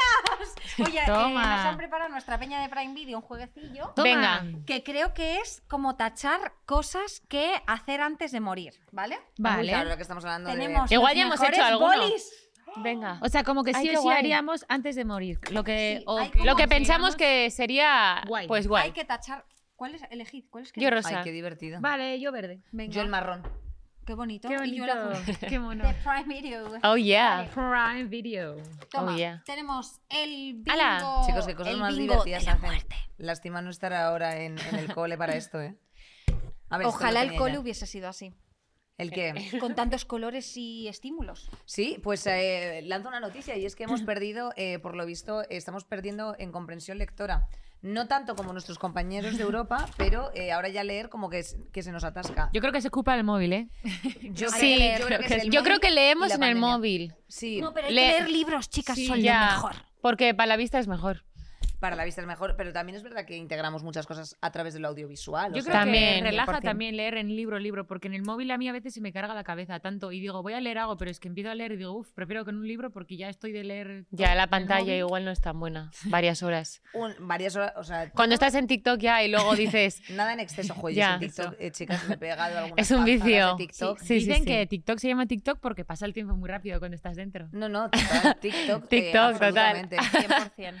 S2: alegrías. Oye, eh,
S4: Toma.
S2: nos han preparado nuestra peña de Prime Video un jueguecillo
S4: Toma.
S3: Venga.
S2: que creo que es como tachar cosas que hacer antes de morir, ¿vale?
S1: Muy
S4: Vale.
S1: Claro, lo que estamos hablando
S2: Tenemos
S1: de.
S3: Igual
S2: los
S3: ya hemos
S2: mejores
S3: hecho alguno.
S2: bolis.
S3: Venga.
S4: O sea, como que
S3: Ay,
S4: sí
S3: qué
S4: o sí
S3: guay.
S4: haríamos antes de morir. Lo que,
S2: Sí,
S4: o
S2: hay
S4: que-
S2: como
S3: Lo Eh, que
S2: Vamos,
S3: pensamos
S4: digamos-
S3: que sería
S4: Guay.
S3: pues
S2: Hay
S3: guay.
S2: que tachar. ¿Cuál es? Elegid. ¿Cuál es que
S3: Yo
S1: Ay,
S3: rosa.
S1: qué divertido.
S4: Vale, yo verde.
S2: Venga.
S1: Yo el marrón.
S2: Qué bonito.
S4: Qué
S2: Y yo
S4: bonito.
S2: el azul.
S4: Qué mono.
S2: De Prime Video.
S3: Oh yeah.
S4: Prime Video.
S2: Toma,
S3: Oh, yeah.
S2: tenemos el bingo.
S3: Ala.
S1: Chicos, qué cosas
S2: el
S1: más
S2: bingo
S1: divertidas
S2: de la
S1: hacen.
S2: muerte.
S1: Lástima no estar ahora en, en el cole para esto, ¿eh? A ver, esto lo
S2: Ojalá el
S1: tenía
S2: cole eh,
S1: ya.
S2: hubiese sido así,
S1: ¿El qué?
S2: con tantos colores y estímulos.
S1: Sí, pues eh, lanzo una noticia y es que hemos perdido, eh, por lo visto, eh, estamos perdiendo en comprensión lectora. No tanto como nuestros compañeros de Europa, pero eh, ahora ya leer como que, es- que se nos atasca.
S4: Yo creo que se culpa del móvil, ¿eh?
S1: Yo
S2: Sí,
S1: creo que- yo creo
S3: creo
S1: que
S3: que-
S1: es el
S3: yo
S1: móvil
S3: creo que
S1: y
S3: leemos
S1: la
S3: en el
S1: pandemia.
S3: móvil.
S1: Sí,
S2: No, pero hay
S3: Le-
S2: que leer libros, chicas,
S3: Sí,
S2: son
S3: ya.
S2: lo mejor.
S3: Porque para la vista es mejor.
S1: para la vista es mejor, pero también es verdad que integramos muchas cosas a través de lo audiovisual.
S4: Yo
S1: o sea,
S4: creo
S3: También,
S4: que relaja
S1: 100%.
S4: también leer en libro, libro, porque en el móvil a mí a veces se me carga la cabeza tanto y digo, voy a leer algo, pero es que empiezo a leer y digo, uff, prefiero con un libro porque ya estoy de leer. todo
S3: Ya
S4: en
S3: la
S4: el
S3: pantalla
S4: móvil.
S3: igual no es tan buena. Varias horas.
S1: un- varias horas, o sea,
S3: Cuando estás en TikTok ya y luego dices,
S1: nada en exceso, joder,
S3: Ya.
S1: en TikTok, eh, chicas, me he pegado algunas
S3: Es un
S1: panzadas
S3: vicio.
S1: de TikTok.
S3: Sí, sí,
S4: Dicen
S3: sí.
S4: que TikTok se llama TikTok porque pasa el tiempo muy rápido cuando estás dentro.
S1: No, no, total, TikTok, eh,
S3: TikTok, total.
S1: absolutamente.
S2: 100%.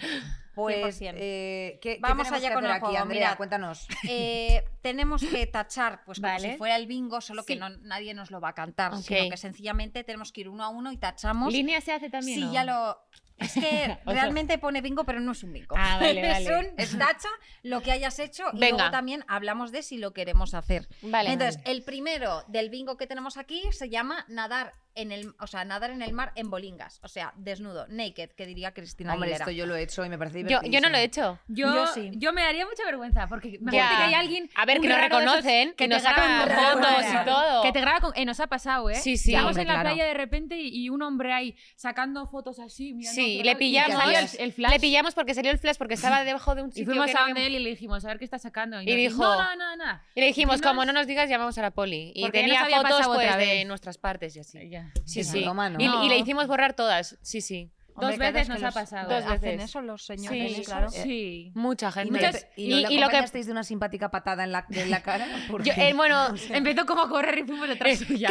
S1: Pues,
S2: 100%.
S1: eh, ¿qué, qué
S2: Vamos
S1: tenemos
S2: allá
S1: que
S2: con
S1: hacer
S2: el
S1: aquí,
S2: juego,
S1: Andrea?
S2: mirad.
S1: Cuéntanos.
S2: Eh, tenemos que tachar, pues como
S4: Vale.
S2: si fuera el bingo, solo que
S4: Sí.
S2: no, nadie nos lo va a cantar,
S3: Ok.
S2: sino que sencillamente tenemos que ir uno a uno y tachamos.
S4: ¿Línea se hace también?
S2: sí,
S4: o?
S2: ya lo. Es que realmente pone bingo, pero no es un bingo.
S4: Ah, vale,
S2: es
S4: vale.
S2: un es tacha lo que hayas hecho y
S3: Venga.
S2: luego también hablamos de si lo queremos hacer.
S3: vale.
S2: Entonces, el primero del bingo que tenemos aquí se llama nadar en el, o sea, nadar en el mar en bolingas, o sea, desnudo, naked, que diría Cristina
S1: Hombre,
S2: Aguilera.
S1: esto yo lo he hecho y me parece
S3: yo, yo no lo he
S1: divertidísimo.
S3: hecho.
S4: Yo,
S2: Yo
S4: yo,
S2: sí.
S4: me daría mucha vergüenza porque me
S3: Ya.
S4: que hay alguien.
S3: A ver,
S4: un
S3: que nos
S4: raro de esos
S3: reconocen, que nos
S4: te graba
S3: sacan
S4: con-
S3: fotos
S4: raro,
S3: y todo.
S4: Que te graba con. eh, nos ha pasado, ¿eh?
S3: Sí, sí.
S4: Estamos
S1: hombre,
S4: en la
S1: claro.
S4: playa de repente y, y un hombre ahí sacando fotos así. Mirando a
S3: Sí,
S4: otro
S3: le
S4: lado, y
S3: pillamos.
S4: salió el, el flash.
S3: Le pillamos porque salió el flash, porque estaba debajo de un
S4: Y
S3: sitio.
S4: fuimos
S3: que no
S4: a donde
S3: habíamos-
S4: él y le dijimos, a ver qué está sacando.
S3: Y
S4: nos
S3: dijo-
S4: No, no, no, no.
S3: y le dijimos,
S4: Dinos-
S3: como no nos digas, llamamos a la poli. Y
S4: Porque ya nos
S3: tenía
S4: había
S3: fotos
S4: pasado
S3: pues,
S4: otra
S3: de
S4: vez.
S3: nuestras partes y así.
S4: Ya.
S3: Sí,
S1: Es
S3: sí.
S1: melómano.
S3: Y, y le
S4: No.
S3: hicimos borrar todas. Sí, sí.
S4: Dos
S1: Hombre, claro,
S4: veces
S1: es que
S4: nos
S1: los-
S4: ha pasado.
S3: dos
S2: Hacen
S3: veces.
S2: eso los señores,
S4: Sí,
S2: claro.
S4: Sí.
S3: Mucha gente.
S1: Y, no
S3: Entonces,
S1: le- y no le
S3: y lo que.
S1: acompañasteis de una simpática patada en la, en la cara. Porque,
S3: yo- eh, bueno,
S4: Empezó como a correr y fuimos detrás suya.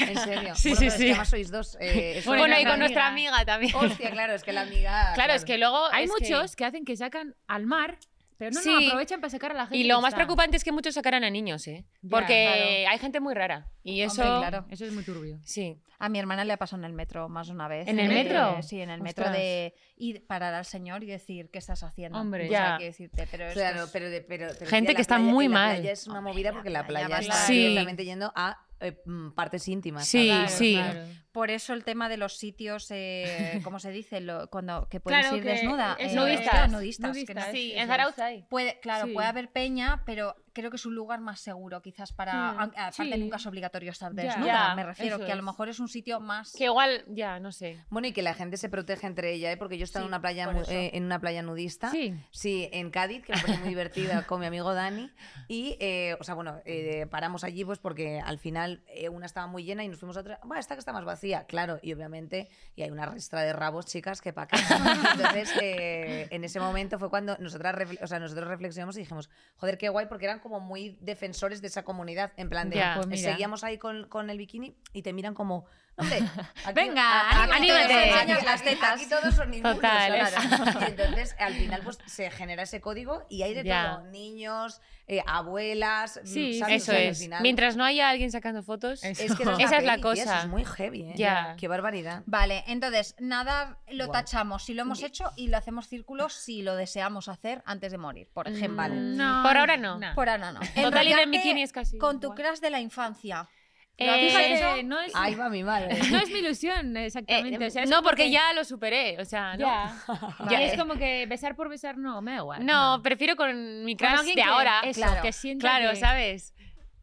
S1: en serio.
S3: Sí,
S1: Bueno,
S3: sí,
S1: pero es que
S3: sí.
S1: además sois dos. eh, eso-
S3: bueno, y
S4: nuestra
S3: con nuestra
S4: amiga.
S3: amiga también.
S1: Hostia, claro, es que la amiga.
S3: Claro, es que luego.
S4: Ah, Hay
S3: es que-
S4: muchos que... hacen que sacan al mar, Pero no,
S3: Sí.
S4: no, aprovechan para sacar a la gente.
S3: Y
S4: que
S3: lo más
S4: está.
S3: preocupante es que muchos sacarán a niños, ¿eh?
S4: Ya,
S3: Porque hay gente muy rara. Y eso.
S1: Hombre, claro.
S4: Eso es muy turbio.
S3: Sí.
S2: A mi hermana le ha pasado en el metro más de una vez.
S3: ¿En el
S2: Eh,
S3: metro?
S2: Sí, en el metro
S4: Ostras.
S2: de ir parar al señor y decir qué estás haciendo.
S4: Hombre.
S2: O sea,
S3: Ya.
S2: quiero decirte, pero esto
S1: Claro,
S2: es-
S1: pero, de- pero- pero
S3: Gente
S1: sí,
S3: que
S1: la
S3: está
S1: playa-
S3: muy
S1: la
S3: mal.
S1: playa es una
S2: Hombre,
S1: movida
S2: la
S1: porque la
S2: playa
S1: playa,
S2: va
S1: está
S3: Sí.
S1: directamente yendo a eh, mm, partes íntimas.
S3: Sí,
S1: ¿sabes?
S3: sí.
S2: por eso el tema de los sitios, eh, ¿cómo se dice? Lo- cuando que puedes ir desnuda.
S3: es
S2: eh,
S3: nudistas.
S2: claro, nudistas, que no-
S3: Sí,
S4: es
S3: en Zaragoza hay.
S2: Puede, claro,
S4: Sí.
S2: puede haber peña, pero creo que es un lugar más seguro, quizás para.
S4: Mm,
S2: aunque- aparte,
S4: sí.
S2: nunca es obligatorio estar
S4: Ya.
S2: desnuda,
S3: Ya,
S2: me refiero,
S3: eso
S2: que a lo
S3: es.
S2: mejor es un sitio más.
S3: Que igual, ya, no sé.
S1: Bueno, y que la gente se protege entre ella, ¿eh? porque yo he estado en,
S2: Sí,
S1: una playa,
S2: por
S1: mu-
S2: eso.
S1: eh, en una playa
S2: Ah,
S1: nudista.
S4: Sí.
S1: Sí, en Cádiz, que me parece muy divertida con mi amigo Dani. Y, eh, o sea, bueno, eh, paramos allí pues porque al final eh, una estaba muy llena y nos fuimos a otra. Bueno, esta que está más vacía, claro. Y obviamente, y hay una ristra de rabos, chicas, que pa' qué. Entonces, eh, en ese momento fue cuando nosotras refle- o sea, nosotros reflexionamos y dijimos, joder, qué guay, porque eran como muy defensores de esa comunidad. En plan de,
S3: Ya.
S4: Pues mira.
S1: seguíamos ahí con, con el bikini y te miran como, hombre, aquí-
S2: Venga,
S1: a- aquí
S2: anímate,
S1: todos-
S2: anímate.
S1: aquí-
S2: las tetas.
S1: aquí todos son inmundos,
S3: Total,
S1: claro.
S2: eso.
S1: Y entonces, al final, pues se genera ese código y hay de
S3: Ya.
S1: todo: niños, eh, abuelas,
S4: Sí,
S1: ¿sabes?
S3: Eso
S1: O sea,
S3: es.
S1: Al final,
S3: Mientras no haya alguien sacando fotos.
S4: Es-
S1: es que eso
S3: Esa es la
S1: peli, tía, eso
S3: cosa.
S1: es muy heavy, ¿eh?
S3: Ya.
S1: Qué barbaridad.
S2: Vale, entonces, nada lo
S1: Guau.
S2: tachamos si lo hemos hecho y lo hacemos círculo si lo deseamos hacer antes de morir, por
S4: Mm.
S2: ejemplo.
S1: vale.
S4: No,
S3: mm, Por ahora no.
S2: Por ahora no.
S3: Total, ir
S2: Enrollarte
S3: en bikini es casi.
S2: Con tu
S3: igual.
S2: crush de la infancia.
S4: Pero
S3: Eh,
S4: fíjate, no es,
S1: Ahí va mi madre.
S4: no es mi ilusión, exactamente.
S3: Eh,
S4: o sea, es
S3: no,
S4: como
S3: porque
S4: que-
S3: ya lo superé. O sea, no.
S4: Ya.
S2: Vale.
S4: Y es como que besar por besar no, me da igual.
S3: No, prefiero con mi
S4: Con
S3: crush
S4: alguien
S3: de
S4: que-
S3: ahora.
S4: eso,
S2: claro.
S4: que sienta
S3: Claro,
S4: que-
S3: ¿sabes?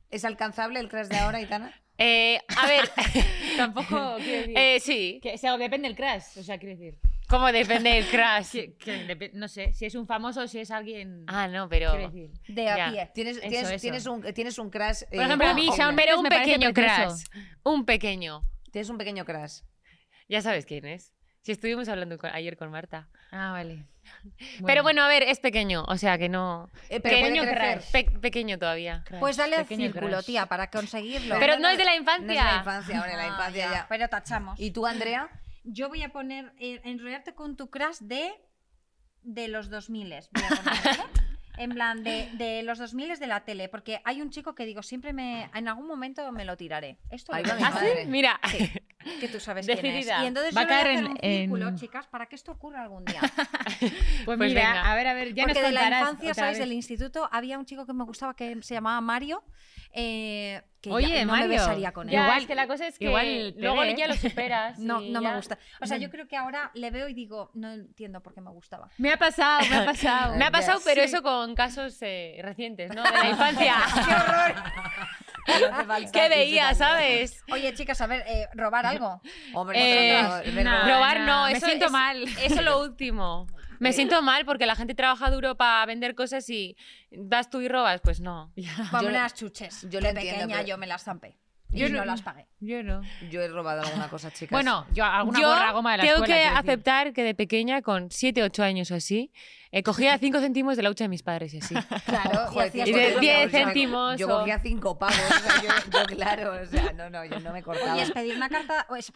S1: ¿Es alcanzable el crash de ahora, Itana?
S3: Eh, a ver,
S4: Tampoco quiero decir.
S3: eh, sí,
S4: que, o sea, depende del crash, o sea, quiero decir.
S3: como depende del crush.
S4: Que, que depe- no sé, si es un famoso o si es alguien.
S3: Ah, no, pero...
S4: quiero decir.
S2: De a
S3: Ya.
S2: pie.
S1: Tienes,
S4: Eso,
S1: tienes,
S4: eso.
S1: Tienes, un, tienes un crash. eh,
S4: Por ejemplo, a mí, Shawn
S1: Mendes.
S4: Mendes
S3: Pero un
S4: me parece
S3: pequeño crush.
S4: precioso.
S3: Un pequeño.
S1: Tienes un pequeño crash.
S3: Ya sabes quién es. Si estuvimos hablando con- ayer con Marta.
S4: Ah, vale.
S3: Pero bueno, a ver, es pequeño. O sea, que no...
S1: Eh, pero
S3: Pequeño
S1: puede crecer.
S3: Pe- pequeño todavía.
S4: Crash,
S2: Pues dale al
S4: pequeño
S2: círculo,
S4: crush.
S2: tía, para conseguirlo.
S3: Pero
S1: no,
S3: no es de la
S1: No es de la
S3: infancia.
S1: infancia, ahora la
S2: Ah,
S1: infancia
S2: ya.
S1: ya.
S2: Pero tachamos.
S1: ¿Y tú, Andrea?
S2: Yo voy a poner eh, enrollarte con tu crush de de los 2000 voy a poner, ¿vale? En plan, de, de los 2000 de la tele, porque hay un chico que digo, siempre me. En algún momento me lo tiraré. Esto
S1: Ahí
S2: lo
S1: va mi
S2: tengo
S1: madre.
S3: ¿Ah, Mira.
S2: que tú sabes quién
S3: Decidida.
S2: es. Y entonces
S4: Va
S2: yo
S4: a caer
S2: voy a hacer
S4: en-
S2: un círculo,
S4: en-
S2: chicas, para que esto ocurra algún día.
S4: Pues,
S3: Pues
S4: mira,
S3: venga.
S4: a ver, a ver, ya
S2: Porque
S4: nos
S2: de la
S4: contarás
S2: infancia,
S4: otra
S2: ¿sabes?
S4: vez.
S2: Del instituto había un chico que me gustaba que se llamaba Mario. eh, que ya
S4: Oye,
S2: no
S4: Mario.
S2: me besaría con él.
S3: Ya,
S4: Igual-
S3: es que la cosa es que
S4: igual te
S3: luego
S4: ve.
S3: ya lo superas.
S2: ¿eh? No,
S3: y
S2: no
S3: ya.
S2: me gusta. O sea,
S4: No.
S2: yo creo que ahora le veo y digo, no entiendo por qué me gustaba.
S4: Me ha pasado, me ha pasado.
S3: Me ha pasado, pero
S4: Sí.
S3: eso con casos eh, recientes, ¿no? De la infancia.
S1: No hace falta que
S3: ¿Qué veía,
S1: sepas.
S3: sabes?
S2: Oye, chicas, a ver, eh, robar algo.
S1: Hombre,
S3: Eh,
S1: nosotros, pero-
S4: no.
S3: Robar no,
S4: me
S3: eso
S4: siento
S3: es-
S4: mal.
S3: Eso es lo último. Me siento mal porque la gente trabaja duro para vender cosas y das tú y robas, pues no.
S2: Vamos
S1: lo-
S2: las chuches.
S1: yo
S2: Yo
S1: lo
S2: de
S1: entiendo,
S2: pequeña
S1: pero-
S2: yo me las zampé.
S4: Yo
S2: y no,
S4: no-
S2: las pagué.
S4: Yo no.
S1: Yo he robado alguna cosa, chicas.
S4: Bueno, yo alguna
S3: Yo
S4: gorra goma de la
S3: tengo
S4: escuela.
S3: que
S4: quiero decir.
S3: aceptar que de pequeña, con 7, 8 años o así, eh, cogía 5 céntimos de la hucha de mis padres y así.
S2: Claro,
S1: Joder,
S2: y hacías
S3: y
S1: tío,
S2: lo
S3: de
S2: que
S1: yo-
S3: 10
S1: yo-
S2: querías.
S3: céntimos
S1: Yo
S3: o-
S1: cogía cinco pavos. o sea, yo, yo, claro, o sea, no, no, yo no me cortaba.
S2: Oye, es pedir una carta. o es-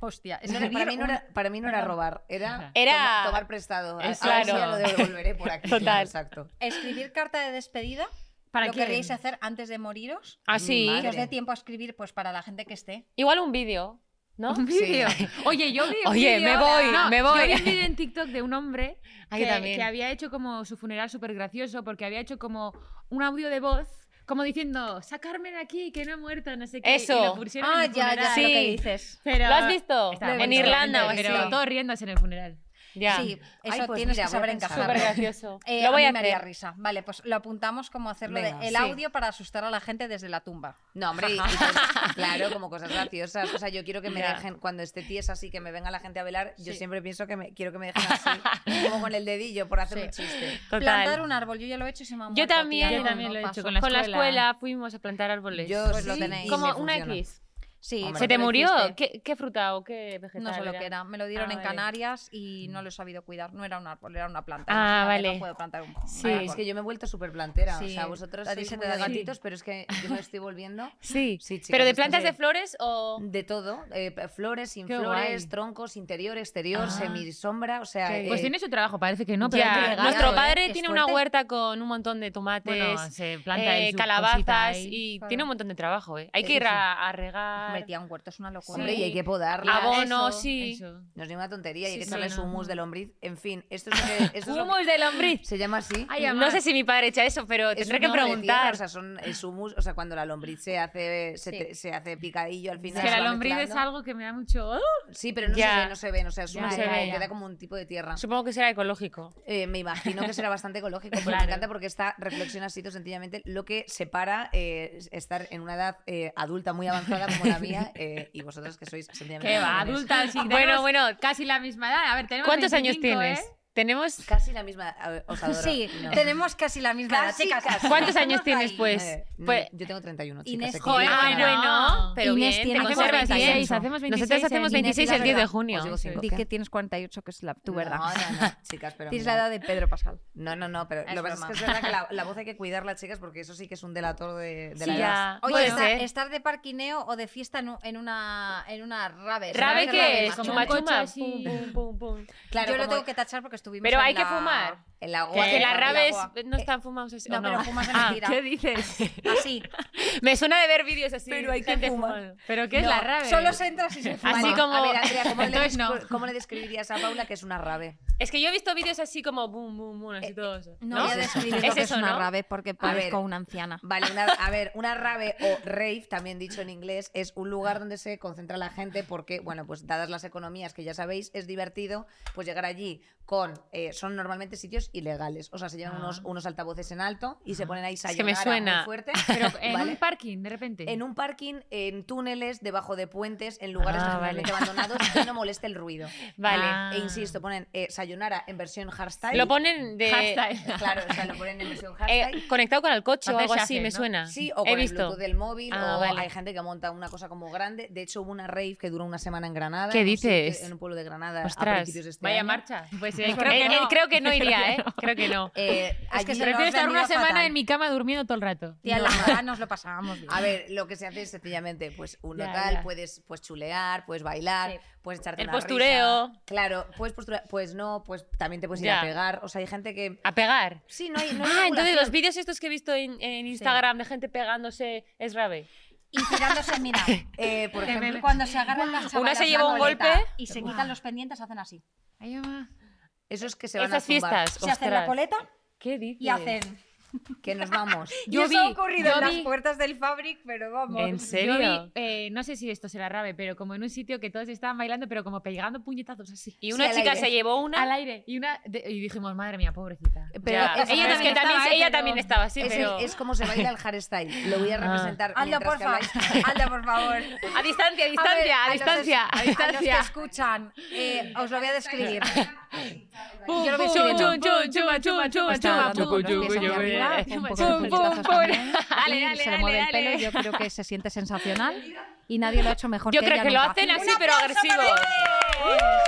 S2: hostia, es
S1: No, no, para, mí
S2: pedir
S1: no
S2: una-
S1: era, para mí no era robar, era,
S3: Era-
S1: toma- tomar prestado. A-
S3: Es
S1: Ahora sí
S3: claro.
S1: ya lo devolveré por aquí.
S3: Total.
S1: Exacto.
S2: Escribir carta de despedida.
S4: ¿Para
S2: lo
S4: quién?
S2: querríais hacer antes de moriros.
S3: Así.
S1: Madre.
S2: Que os dé tiempo a escribir, pues para la gente que esté.
S3: Igual un vídeo, ¿no?
S4: Un vídeo. Oye, yo vi un
S3: Oye,
S4: vídeo-
S3: me voy,
S4: No,
S3: me voy.
S4: Yo vi un vídeo en TikTok de un hombre
S3: Ah,
S4: que,
S3: yo también.
S4: que había hecho como su funeral súper gracioso porque había hecho como un audio de voz como diciendo, sacarme de aquí, que no he muerto, no sé qué. y
S3: Eso. Ah,
S4: lo pusieron
S2: Ah,
S4: en el funeral.
S3: ya, Sí. lo que
S2: dices.
S4: Pero-
S3: ¿Lo has visto?
S4: Está
S3: en
S4: bonito,
S3: Irlanda o así.
S4: pero
S1: sí.
S4: todos riéndose en el funeral.
S3: Ya.
S2: Sí, eso
S1: Ay, pues mira,
S2: tienes que
S1: voy a
S2: saber
S1: pensar.
S2: encajarlo.
S3: Súper gracioso.
S2: Eh,
S3: Lo voy a
S2: mí me haría
S3: hacer.
S2: risa. Vale, pues lo apuntamos como hacerlo
S1: Venga,
S2: de
S1: sí.
S2: el audio para asustar a la gente desde la tumba.
S1: No, hombre, y- y cosas- claro, como cosas graciosas. O sea, yo quiero que me
S3: Ya.
S1: dejen, cuando esté tiesa así, que me venga la gente a velar, yo
S3: Sí.
S1: siempre pienso que me, quiero que me dejen así, como con el dedillo, por hacer
S2: Sí.
S1: un chiste.
S2: Plantar
S3: Total.
S2: un árbol, yo ya lo he hecho y se me ha
S3: Yo
S2: muerto, tía,
S3: también.
S2: no,
S3: Yo
S4: también
S2: no
S4: lo he hecho
S2: paso.
S4: con la
S3: Con la
S4: escuela.
S3: escuela fuimos a plantar árboles.
S1: Yo
S2: Pues
S1: lo
S2: sí,
S1: tenéis.
S3: Como
S1: me
S3: una
S1: funciona.
S3: X.
S2: Sí,
S1: Hombre.
S2: porque
S3: ¿Se te
S2: lo
S3: murió?
S2: hiciste.
S3: ¿Qué, qué fruta o qué vegetal?
S2: No sé lo
S3: era?
S2: que era. Me lo dieron
S3: Ah,
S2: en
S3: vale.
S2: Canarias y no lo he sabido cuidar. No era un árbol, era una planta.
S3: Ah,
S2: Imagínate,
S3: vale.
S2: No puedo plantar un
S3: Sí,
S1: Ah,
S2: un
S1: es
S2: árbol.
S1: que yo me he vuelto súper plantera. O
S2: Sí.
S1: sea, vosotros
S2: A ti
S1: sois
S2: se
S1: muy
S2: te
S1: de
S2: da-
S1: gatitos, pero es que yo me estoy volviendo.
S3: Sí.
S1: Sí, chicas,
S3: ¿Pero de
S1: esto
S3: plantas
S1: se-
S3: de flores o...?
S1: De todo, eh, p- flores, sin
S4: Qué
S1: flores,
S4: guay.
S1: troncos, interior, exterior,
S4: Ah.
S1: semisombra, o sea...
S3: Qué-
S1: eh,
S4: Pues tiene su trabajo, parece que no, pero
S3: Ya,
S4: hay que regarlo,
S3: nuestro
S4: ¿eh?
S3: padre
S1: Qué
S3: tiene una
S1: suerte.
S3: huerta con un montón de tomates,
S4: Bueno, se planta
S3: eh,
S4: él su cosita
S3: calabazas
S4: ahí.
S3: y
S2: Claro.
S3: tiene un montón de trabajo. ¿eh? Hay
S1: Sí,
S3: que ir
S1: sí.
S3: a, a regar.
S2: Hombre, tía, un huerto es una locura.
S1: Hombre,
S3: Sí.
S1: y hay que podarla.
S3: Ah, Abono,
S4: Eso,
S3: sí.
S4: eso.
S1: No es ninguna tontería, y hay
S3: Sí,
S1: que
S3: sí,
S1: echarle
S4: no,
S1: humus
S4: no.
S1: de lombriz. En fin, esto es lo que... Esto es lo que-
S3: Humus de lombriz.
S1: se llama así.
S4: Ay,
S3: No
S4: amar.
S3: sé si mi padre echa eso, pero
S1: Es
S3: tendré
S1: un
S3: que
S1: humo de tierra,
S3: preguntar.
S1: o sea, son es humus, o sea, cuando la lombriz se hace, se,
S2: Sí.
S1: te- se hace picadillo al
S4: Es
S1: final.
S4: que
S1: se
S4: la
S1: va
S4: lombriz es
S1: mezclando.
S4: algo que me da mucho... ¡Ah!
S1: Sí, pero no
S3: Ya.
S1: se ve, no se ven, o sea, es
S4: Ya,
S1: una
S4: ya,
S1: tierra,
S4: ya.
S1: queda como un tipo de tierra.
S3: Supongo que será ecológico.
S1: Eh, me imagino que será bastante ecológico, pero me
S4: Claro.
S1: encanta porque esta reflexión ha sido sencillamente lo que separa eh, estar en una edad eh, adulta muy avanzada como la mía eh, y vosotros que sois sencillamente
S4: Que va,
S1: jóvenes.
S4: adulta, sí,
S3: Bueno,
S4: tenemos
S3: bueno,
S4: casi la misma edad. A ver, tenemos
S3: ¿cuántos años
S4: 25,
S3: tienes?
S4: ¿eh?
S3: Tenemos.
S1: Casi la misma, a ver, os adoro.
S2: Sí,
S1: No.
S2: tenemos casi la misma edad,
S1: Casi,
S2: chicas.
S1: casi.
S3: ¿Cuántos
S2: Estamos
S3: años tienes,
S2: ahí.
S3: pues?
S1: Eh, mm,
S3: pues-
S1: yo tengo 31,
S2: Inés,
S1: chicas. sé que-
S2: joder,
S3: Ah,
S2: bueno.
S3: bueno, pero
S2: Inés
S3: bien,
S2: tiene
S3: te
S4: Hacemos
S3: conservas
S2: 46,
S3: bien.
S4: 26, hacemos 26.
S3: Nosotros hacemos
S4: en-
S3: 26 el 10 de junio.
S1: Os digo cinco,
S2: Di
S1: ¿qué?
S2: que tienes 48, que es la, tu verdad.
S1: No, no, no, chicas, pero
S2: Tienes
S1: mira.
S2: la edad de Pedro Pascal.
S1: No, no, no, pero
S2: Es
S1: lo que pasa es
S2: broma.
S1: que es verdad que la, la voz hay que cuidarla, chicas, porque eso sí que es un delator de, de
S3: Sí,
S1: la edad.
S3: ya.
S2: Oye,
S3: puede
S2: esta-
S3: ser.
S2: estar de parquineo o de fiesta en, u- en una en una rave. Se va a
S3: ¿Rabe
S2: hacer
S3: qué
S2: rave
S3: es?
S2: macho.
S3: Chuma
S4: coche
S3: chuma.
S4: así.
S3: Pum, pum, pum, pum.
S1: Claro,
S2: Yo lo
S1: como
S2: tengo que tachar porque estuvimos
S3: Pero
S2: en
S3: hay que
S2: la-
S3: fumar.
S1: En la
S3: Que
S1: guardia,
S3: en las
S1: en
S3: raves
S1: guardia.
S4: Eh,
S3: no están fumados así.
S2: No,
S3: ¿o no?
S2: pero fumas de
S3: Ah,
S2: mentira.
S3: ¿Qué dices?
S2: Así.
S3: Me suena de ver vídeos así.
S1: Pero hay que
S3: gente
S1: fumar.
S3: fumando. ¿Pero qué es
S2: No,
S3: la rave?
S2: Solo se entra si se fuma.
S3: Así
S1: Vale,
S3: como-
S1: A ver, Andrea, ¿cómo le,
S4: Entonces,
S1: descri-
S4: no.
S1: cómo le describirías a Paula que es una rave?
S3: Es que yo he visto vídeos así como boom, boom, boom, así
S2: Eh,
S3: todo eso.
S2: No, voy a describir lo
S3: Es
S2: que es
S3: eso,
S2: una
S3: ¿no?
S2: rave porque
S1: ver.
S2: parezco una anciana.
S1: Vale, una- a ver, una rave o rave, también dicho en inglés, es un lugar donde se concentra la gente porque, bueno, pues dadas las economías que ya sabéis, es divertido pues llegar allí con, eh, son normalmente sitios ilegales, o sea, se llevan
S4: Ah.
S1: unos, unos altavoces en alto y se
S4: Ah.
S1: ponen ahí
S3: que me
S1: sayonara
S3: suena. eh,
S1: muy fuerte.
S4: Pero en
S1: ¿vale?
S4: un parking, de repente.
S1: En un parking, en túneles, debajo de puentes, en lugares
S3: Ah,
S1: generalmente
S3: vale.
S1: abandonados que no moleste el ruido.
S3: Vale.
S4: Ah.
S1: E insisto, ponen eh, Sayonara en versión hardstyle.
S3: Lo ponen de.
S4: Hashtag.
S1: Claro, o sea, lo ponen en versión
S3: eh,
S1: hardstyle.
S3: conectado con el coche o
S4: Hacer
S3: algo así,
S4: shaker,
S3: me
S4: ¿no?
S3: suena.
S1: Sí, o
S3: He
S1: con
S3: visto.
S1: el Bluetooth del móvil,
S3: Ah,
S1: o
S3: vale.
S1: hay gente que monta una cosa como grande. De hecho, hubo una rave que duró una semana en Granada.
S3: ¿Qué
S1: en un
S3: dices?
S1: sitio- En un pueblo de Granada a
S3: Ostras,
S1: principios de este
S4: Vaya
S1: año.
S4: marcha. Pues eh,
S3: Eh,
S4: creo que
S3: eh,
S4: no.
S3: creo que no iría, ¿eh? Creo que no.
S1: Eh, allí
S2: que se
S1: nos
S4: Prefiero estar
S1: venía
S4: una semana
S1: fatal.
S4: en mi cama durmiendo todo el rato.
S2: Tía, la verdad nos lo pasábamos bien.
S1: A ver, lo que se hace es sencillamente, pues un
S4: Ya,
S1: local,
S4: ya.
S1: puedes pues chulear, puedes bailar,
S2: Sí.
S1: puedes echarte
S3: El
S1: una
S3: postureo.
S1: risa. Claro, puedes posturar, pues no, pues también te puedes ir
S3: Ya.
S1: a pegar. O sea, hay gente que...
S3: A pegar.
S1: Sí, no hay... No hay
S3: Ah, entonces
S1: regulación.
S3: los vídeos estos que he visto en, en Instagram de gente pegándose es rave.
S2: Y tirándose, mira,
S1: Eh, por ejemplo,
S2: cuando se agarran las
S3: Una
S2: chavalas
S3: se lleva
S2: la
S3: un
S2: coleta
S3: golpe.
S2: y se quitan los pendientes, hacen así.
S4: Ay, mamá.
S1: esos que se van
S3: Esas
S1: a zumbar,
S3: fiestas.
S2: Se hacen la
S3: ostras.
S2: coleta
S3: ¿Qué dices?
S2: y hacen.
S1: que nos vamos.
S2: Yo
S4: Yo
S2: eso
S4: vi-
S2: ha ocurrido
S4: yo
S2: en las
S4: vi-
S2: puertas del Fabric, pero vamos.
S3: ¿En
S4: Yo vi,
S3: serio?
S4: eh, no sé si esto será rave, pero como en un sitio que todos estaban bailando, pero como pegando puñetazos así.
S3: Y
S1: Sí,
S3: una
S1: al
S3: chica
S1: aire.
S3: se llevó
S4: al
S3: una.
S4: aire. Y, una, de- y dijimos, madre mía, pobrecita.
S1: Pero
S3: Ya.
S1: es-
S3: ella
S1: es
S3: también,
S1: que
S3: también,
S4: estaba, ¿eh?
S3: ella
S4: Pero-
S3: también estaba así,
S1: Es, el-
S3: pero.
S1: es como se baila el hardstyle. Lo voy a
S3: Ah.
S1: representar.
S2: Hazlo,
S1: mientras que
S2: porfa.
S1: habláis.
S2: Hazlo, por favor.
S3: A distancia, a
S2: ver,
S3: distancia, a,
S2: los-
S3: distancia,
S2: A
S3: a
S2: los que
S3: distancia.
S2: escuchan, eh, os lo voy a describir.
S4: Pum,
S2: Yo lo
S4: pum,
S2: voy a
S4: chum, chum, chuma, chuma, chuma,
S1: Está
S4: chuma,
S1: dando
S4: pum,
S1: con los pies
S4: pum,
S1: hacia arriba, con un poco de
S4: pum,
S1: puñetazos
S4: pum,
S1: también.
S3: Dale,
S2: y
S3: dale,
S2: se le
S3: dale,
S2: mueve
S3: dale.
S2: el pelo y yo creo que se siente sensacional y nadie lo ha hecho mejor
S3: Yo
S2: que
S3: creo
S2: ella
S3: que lo
S2: nunca.
S3: hacen así,
S2: ¡Un
S3: pero
S2: aplauso para
S3: agresivo.
S2: ella!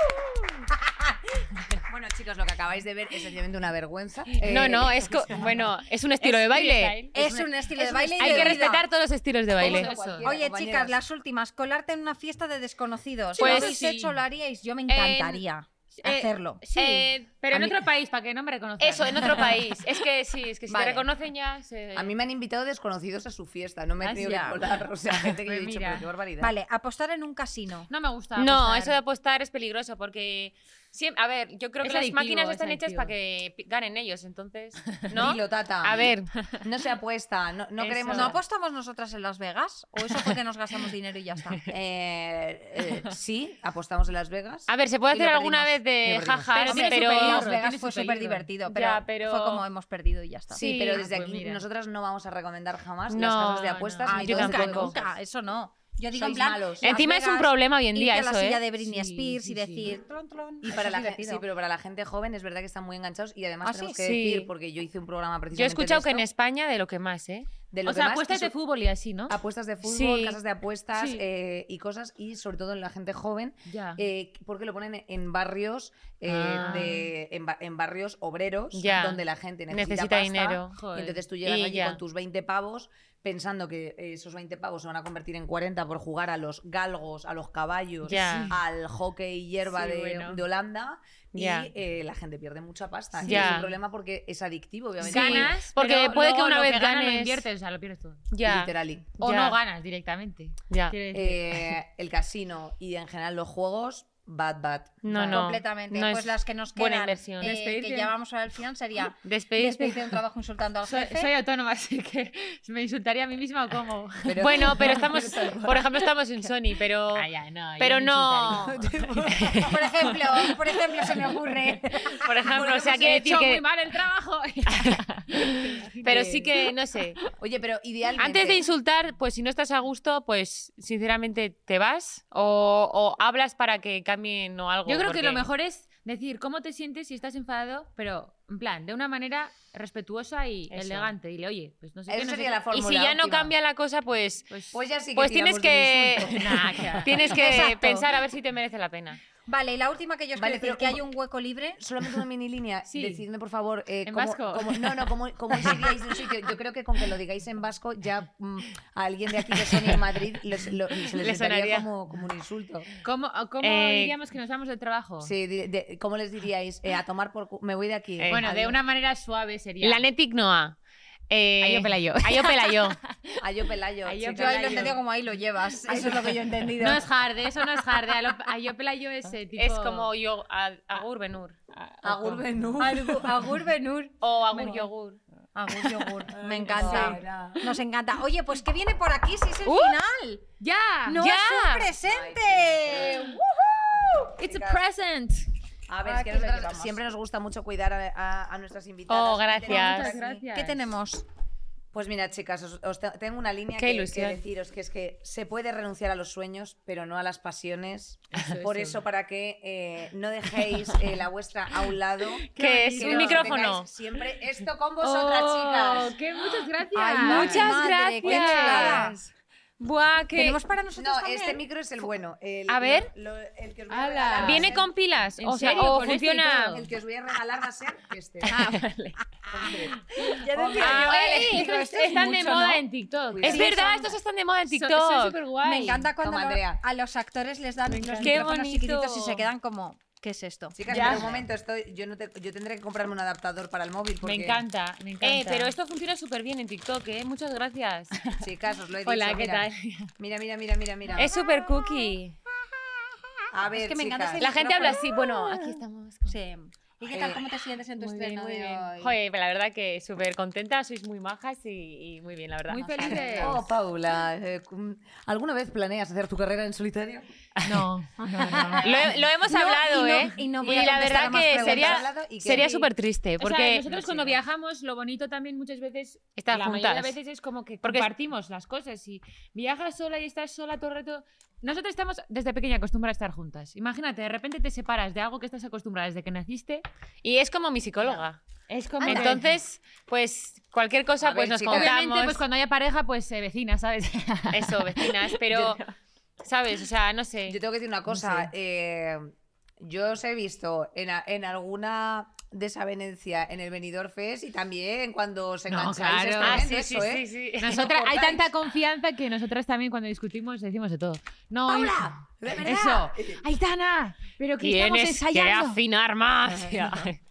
S1: Bueno, chicos, lo que acabáis de ver es sencillamente una vergüenza.
S3: No,
S1: Eh,
S3: no, es co- bueno, es un estilo de baile.
S2: Es un estilo de baile y
S3: Hay
S2: de
S3: que
S2: vida.
S3: respetar todos los estilos de baile.
S4: eso?
S2: Oye,
S1: compañeras.
S2: chicas, las últimas, colarte en una fiesta de desconocidos.
S3: Pues
S2: si lo habéis
S3: sí.
S2: hecho, lo haríais. Yo me encantaría
S3: eh,
S2: hacerlo.
S4: Sí,
S3: Eh,
S4: pero
S3: a
S4: en
S3: mí-
S4: otro país, para que no me reconozcan. ¿eh?
S3: Eso, en otro país. Es que sí, es que si
S1: Vale.
S3: te reconocen ya se...
S1: A mí me han invitado desconocidos a su fiesta, no me he
S4: Ah,
S1: tenido
S4: sí.
S1: que colar. O sea, gente que yo he
S4: Pues
S1: dicho,
S4: mira.
S1: pero qué barbaridad.
S2: Vale, apostar en un casino.
S4: No me gusta.
S3: No,
S4: apostar.
S3: eso de apostar es peligroso porque... siem- a ver, yo creo que
S4: Es
S3: las
S4: adictivo,
S3: máquinas
S4: es
S3: están hechas
S4: adictivo.
S3: para que pi- ganen ellos, entonces... ¿No?
S1: Dilo, tata.
S3: A ver,
S1: No se apuesta, no, no pues,
S4: Eso.
S1: queremos.
S2: ¿No apostamos nosotras en Las Vegas? ¿O eso fue que nos gastamos dinero y ya está?
S1: Eh, eh, sí, apostamos en Las Vegas.
S3: a ver, se puede
S2: Y lo
S3: hacer alguna
S2: perdimos.
S3: vez de
S1: Lo perdimos.
S3: jaja,
S4: Pero
S3: no sé,
S4: tiene su
S3: pero...
S4: peligro,
S2: Las Vegas
S4: tiene
S2: fue
S4: su
S2: súper
S4: peligro.
S2: divertido,
S3: Ya,
S2: pero,
S3: pero-
S2: fue como hemos perdido y ya está.
S1: Sí,
S3: Sí.
S1: pero
S4: Ah,
S1: desde
S4: pues
S1: aquí
S4: mira.
S1: nosotras no vamos a recomendar jamás las
S3: No,
S1: casas de apuestas
S3: no.
S1: ni
S2: Ah, Yo
S1: todo ese
S2: nunca,
S1: tipo de cosas.
S2: nunca, eso no. Yo digo, en
S1: Sois
S2: plan,
S1: malos.
S2: Las
S3: Encima es un
S2: Vegas,
S3: problema hoy en
S2: irte
S3: día
S2: a la
S3: eso,
S2: silla
S3: ¿eh?
S2: de Britney
S4: Sí,
S2: Spears
S4: sí,
S2: y
S4: sí.
S2: decir... "Tron, tron".
S1: Y
S2: Eso
S1: para
S2: es
S1: la gente,
S2: divertido.
S1: sí, pero para la gente joven es verdad que están muy enganchados y además
S2: ¿Ah,
S1: tenemos
S2: sí?
S1: que decir,
S3: Sí.
S1: porque yo hice un programa
S3: Yo he
S1: precisamente de
S3: escuchado que en
S1: esto,
S3: España de lo que más, ¿eh?
S1: de
S4: O
S1: los
S4: sea,
S1: demás.
S4: apuestas
S1: y
S4: de
S1: su-
S4: fútbol y así, ¿no?
S1: Apuestas de fútbol,
S3: Sí.
S1: casas de apuestas
S4: Sí.
S1: eh, y cosas, y sobre todo en la gente joven,
S4: Ya.
S1: eh, porque lo ponen en barrios eh,
S3: Ah.
S1: de- en, ba- en barrios obreros
S3: Ya.
S1: donde la gente necesita,
S3: Necesita
S1: pasta,
S3: dinero.
S1: y
S4: Joder.
S1: entonces tú llegas
S3: Y
S1: allí
S3: ya.
S1: con tus 20 pavos pensando que eh, esos 20 pavos se van a convertir en 40 por jugar a los galgos, a los caballos,
S3: Ya.
S1: al hockey y hierba
S4: Sí,
S1: de,
S4: bueno.
S1: de Holanda y
S3: Ya.
S1: eh, la gente pierde mucha pasta. Y
S3: Ya.
S1: es un problema porque es adictivo, obviamente.
S3: Sí.
S4: Ganas,
S3: porque
S4: pero
S3: puede que
S4: luego
S3: una
S4: lo
S3: vez
S4: que ganas,
S3: ganes-
S4: lo inviertes, o sea, lo pierdes Ah, todo.
S3: Ya,
S1: Literally.
S4: O
S3: Ya.
S4: no ganas directamente.
S3: ya.
S4: Quiero decir,
S1: Eh, el casino y en general los juegos, bad, bad.
S3: No, no.
S2: Completamente.
S3: No
S2: pues
S3: es
S2: las que nos
S3: buena
S2: quedan,
S3: inversión.
S2: eh,
S4: Despedirte.
S2: que ya vamos al final, sería
S3: Despedirte.
S2: despedirte de un trabajo insultando al
S4: soy,
S2: jefe.
S4: soy autónoma, así que me insultaría a mí misma o cómo.
S1: Pero-
S3: Bueno, pero estamos,
S1: tal cual.
S3: por ejemplo, estamos en Sony, pero
S4: Ah, ya, no, yo
S3: pero
S4: me
S3: no.
S4: insultaría.
S2: Por ejemplo, por ejemplo, se me ocurre.
S3: por ejemplo, o sea,
S4: Pues he
S3: quiere decir
S4: hecho
S3: que
S4: muy mal el trabajo.
S3: pero sí que no sé.
S1: Oye, pero idealmente.
S3: Antes de insultar, pues si no estás a gusto, pues sinceramente te vas o, o hablas para que cambien o algo.
S4: Yo creo que
S3: porque-
S4: lo mejor es decir cómo te sientes si estás enfadado, pero en plan, de una manera respetuosa y
S3: Eso.
S4: elegante. Y le, oye, pues no sé qué,
S1: Esa
S4: no sé
S1: sería
S4: qué".
S1: la
S3: Y
S1: fórmula.
S3: si ya no
S1: óptima.
S3: cambia la cosa, pues
S4: Pues,
S1: Pues ya sí que
S3: Pues tienes
S1: tiramos del
S3: que-
S1: insulto.
S4: Nah, claro.
S3: tienes que
S2: Exacto.
S3: pensar a ver si te merece la pena.
S2: Vale, y la última que yo os
S1: Vale,
S2: quiero decir,
S1: pero
S2: que
S1: un-
S2: hay un hueco libre.
S1: Solamente una mini línea.
S4: Sí.
S1: Decidme, por favor, eh,
S4: ¿En
S1: cómo,
S4: vasco?
S1: cómo- no, no, cómo, cómo os iríais de un sitio. Yo creo que con que lo digáis en vasco, ya mm, a alguien de aquí de Sony en Madrid les- lo- se les
S3: Le
S1: sonaría
S3: sonaría.
S1: como, como un insulto.
S4: ¿Cómo, o cómo
S3: Eh,
S4: diríamos que nos vamos del trabajo?
S1: Sí, di- de- ¿Cómo les diríais? Eh, a tomar por. cu- Me voy de aquí.
S3: Eh,
S4: Bueno, de
S1: Adiós.
S4: una manera suave sería.
S3: Lanetic Noa. Eh,
S4: Ayo Pelayo.
S3: Ayo Pelayo.
S1: Ayo Pelayo.
S4: Ayo
S1: sí,
S2: Yo ahí lo
S4: Pelayo.
S2: he entendido como ahí lo llevas.
S1: Eso es lo que yo he entendido.
S4: No es hard, ¿eh? eso no es hard. A lo- a yo pelayo ese tipo. Ah.
S3: Es como yo, a- Agur Benur.
S1: Agur Benú.
S2: Algu- Agur Benur.
S4: Ah,
S3: O Agur Yogur.
S2: Agur yogur. Me encanta. Nos encanta. Oye, pues ¿qué viene por aquí si es el
S3: Uh.
S2: final?
S4: ¡Ya!
S2: ¡No
S3: Ya.
S2: es un presente! ¡Woohoo!
S4: ¡It's a present!
S1: A ver,
S2: Ah,
S1: es que
S2: aquí lo
S1: nosotras
S2: llevamos.
S1: siempre nos gusta mucho cuidar a, a- a nuestras invitadas.
S3: Oh, gracias.
S1: Y tenemos
S4: Muchas
S1: aquí-
S4: gracias.
S2: ¿Qué tenemos?
S1: Pues mira, chicas, os, os te- tengo una línea
S3: Qué
S1: que, que
S3: ilusión.
S1: deciros, que es que se puede renunciar a los sueños, pero no a las pasiones.
S4: Eso,
S1: Por
S4: eso.
S1: eso, para que eh, no dejéis eh, la vuestra a un lado.
S3: ¿Qué es?
S1: que
S3: ¿Un
S1: os
S3: micrófono?
S1: tengáis Siempre esto con vosotras, Oh, chicas.
S4: ¡Qué muchas gracias!
S2: Ay, muchas madre, qué chulada.
S3: Buah, que...
S2: ¿Tenemos para nosotros
S1: No,
S2: también?
S1: este micro es el bueno. el-
S3: A ver.
S1: lo- el que os voy a
S4: Ala.
S1: regalar. va a
S3: Viene
S1: ser-
S3: con pilas.
S4: ¿En
S3: O sea,
S4: serio?
S3: o
S4: Con esto y
S3: funciona.
S4: todo.
S1: El que os voy a regalar va a ser este.
S3: Ah, vale.
S1: Ya decía
S3: Ah,
S1: yo.
S3: vale.
S4: ¡Ey!
S3: Pero
S4: Estos
S3: esto es
S4: están de
S3: mucho,
S4: moda
S3: ¿no?
S4: en TikTok.
S1: Cuidado.
S3: Es
S1: Sí,
S3: verdad,
S2: son-
S3: estos están de moda en TikTok.
S4: Son súper guay.
S2: Me encanta cuando
S1: Toma,
S2: lo-
S1: Andrea.
S2: a los actores les dan los
S3: encanta. Qué
S2: micrófonos
S3: bonito.
S2: chiquititos y se quedan como, ¿qué es esto?
S1: Chicas,
S4: Ya.
S1: pero un momento, estoy, yo, no te- yo tendré que comprarme un adaptador para el móvil.
S4: Me
S1: Porque,
S4: encanta, me encanta.
S3: Eh, pero esto funciona súper bien en TikTok, ¿eh? Muchas gracias.
S1: Chicas, os lo he dicho.
S4: Hola, ¿qué
S1: mira.
S4: tal?
S1: Mira, mira, mira, mira, mira.
S3: Es súper cookie.
S1: A ver,
S2: que me encanta
S1: chicas.
S2: ese
S3: La gente habla así. Bueno, aquí estamos. con-
S2: Sí. ¿Y qué
S1: Eh,
S2: tal? ¿Cómo te sientes en tu
S3: Muy bien,
S2: estreno
S3: muy
S2: de
S3: bien.
S2: hoy?
S3: Joder, la verdad que súper contenta, sois muy majas y, y muy bien, la verdad.
S4: Muy felices.
S1: Oh, Paula, eh, ¿alguna vez planeas hacer tu carrera en solitario?
S4: No, Oh. no, no.
S3: Lo, he- lo hemos
S2: No,
S3: hablado,
S2: y no-
S3: ¿eh?
S2: y no voy a
S3: la
S2: contestar a más
S3: verdad que
S2: preguntas.
S1: Hemos
S3: sería
S1: hablado y que-
S3: sería
S1: Sí.
S3: súper triste,
S4: Porque
S3: porque
S4: nosotros cuando viajamos, lo bonito también muchas veces,
S3: Estar
S4: la mayoría de
S3: juntas.
S4: veces es como que
S3: Porque-
S4: compartimos las cosas y viajas sola y estás sola todo el rato. Nosotros estamos desde pequeña acostumbradas a estar juntas. Imagínate, de repente te separas de algo que estás acostumbrada desde que naciste.
S3: y es como mi psicóloga.
S4: Es como que-
S3: Entonces, pues cualquier cosa
S1: A ver,
S3: pues nos
S1: chicas.
S3: contamos.
S4: obviamente, pues cuando haya pareja, pues eh, vecina, ¿sabes?
S3: Eso, vecinas, pero sabes, o sea, no sé.
S1: Yo tengo que decir una cosa.
S4: sé.
S1: eh, yo os he visto en, a- en alguna desavenencia en el Benidorm Fest y también cuando se
S4: No,
S1: engancháis
S4: claro.
S1: es
S3: Ah, sí,
S1: tremendo
S3: sí,
S1: eso, ¿eh?
S3: sí, sí.
S4: Nosotras, hay
S1: Cortáis.
S4: tanta confianza que nosotras también cuando discutimos decimos de todo. No,
S1: ¡Paula! ¡De
S4: y-
S1: verdad!
S4: eso. Aitana, pero que estamos
S3: Tienes que
S4: ensayando.
S3: afinar más.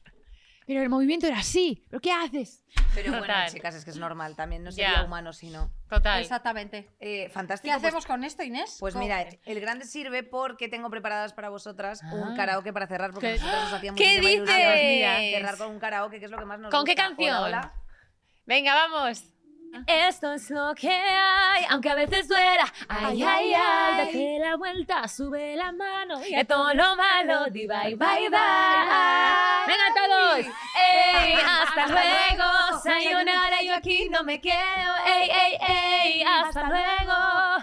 S4: Pero el movimiento era así. ¿Pero qué haces?
S1: Pero bueno,
S3: Total.
S1: chicas, es que es normal. También no sería
S3: Ya.
S1: humano si no.
S3: Total.
S2: Exactamente.
S1: Eh,
S2: ¿Qué
S1: fantástico. pues,
S2: hacemos con esto, Inés?
S1: Pues
S2: ¿Cómo?
S1: mira, el grande sirve porque tengo preparadas para vosotras un
S4: Ah.
S1: karaoke para cerrar, porque
S4: ¿Qué?
S1: nosotras nos hacíamos Pues
S3: ¿Qué dices?
S1: cerrar con un karaoke, que es lo que más nos
S3: ¿Con qué
S1: gusta.
S3: canción?
S1: Hola, hola.
S3: Venga, vamos.
S5: Esto es lo que hay, aunque a veces duela. Ay, ay, ay, date la vuelta, sube la mano. Y a todo lo malo, di bye, bye, bye.
S3: Venga todos.
S5: Ey, hasta luego, sayonara, yo aquí no me quedo. Ey, ey, ey, hasta luego.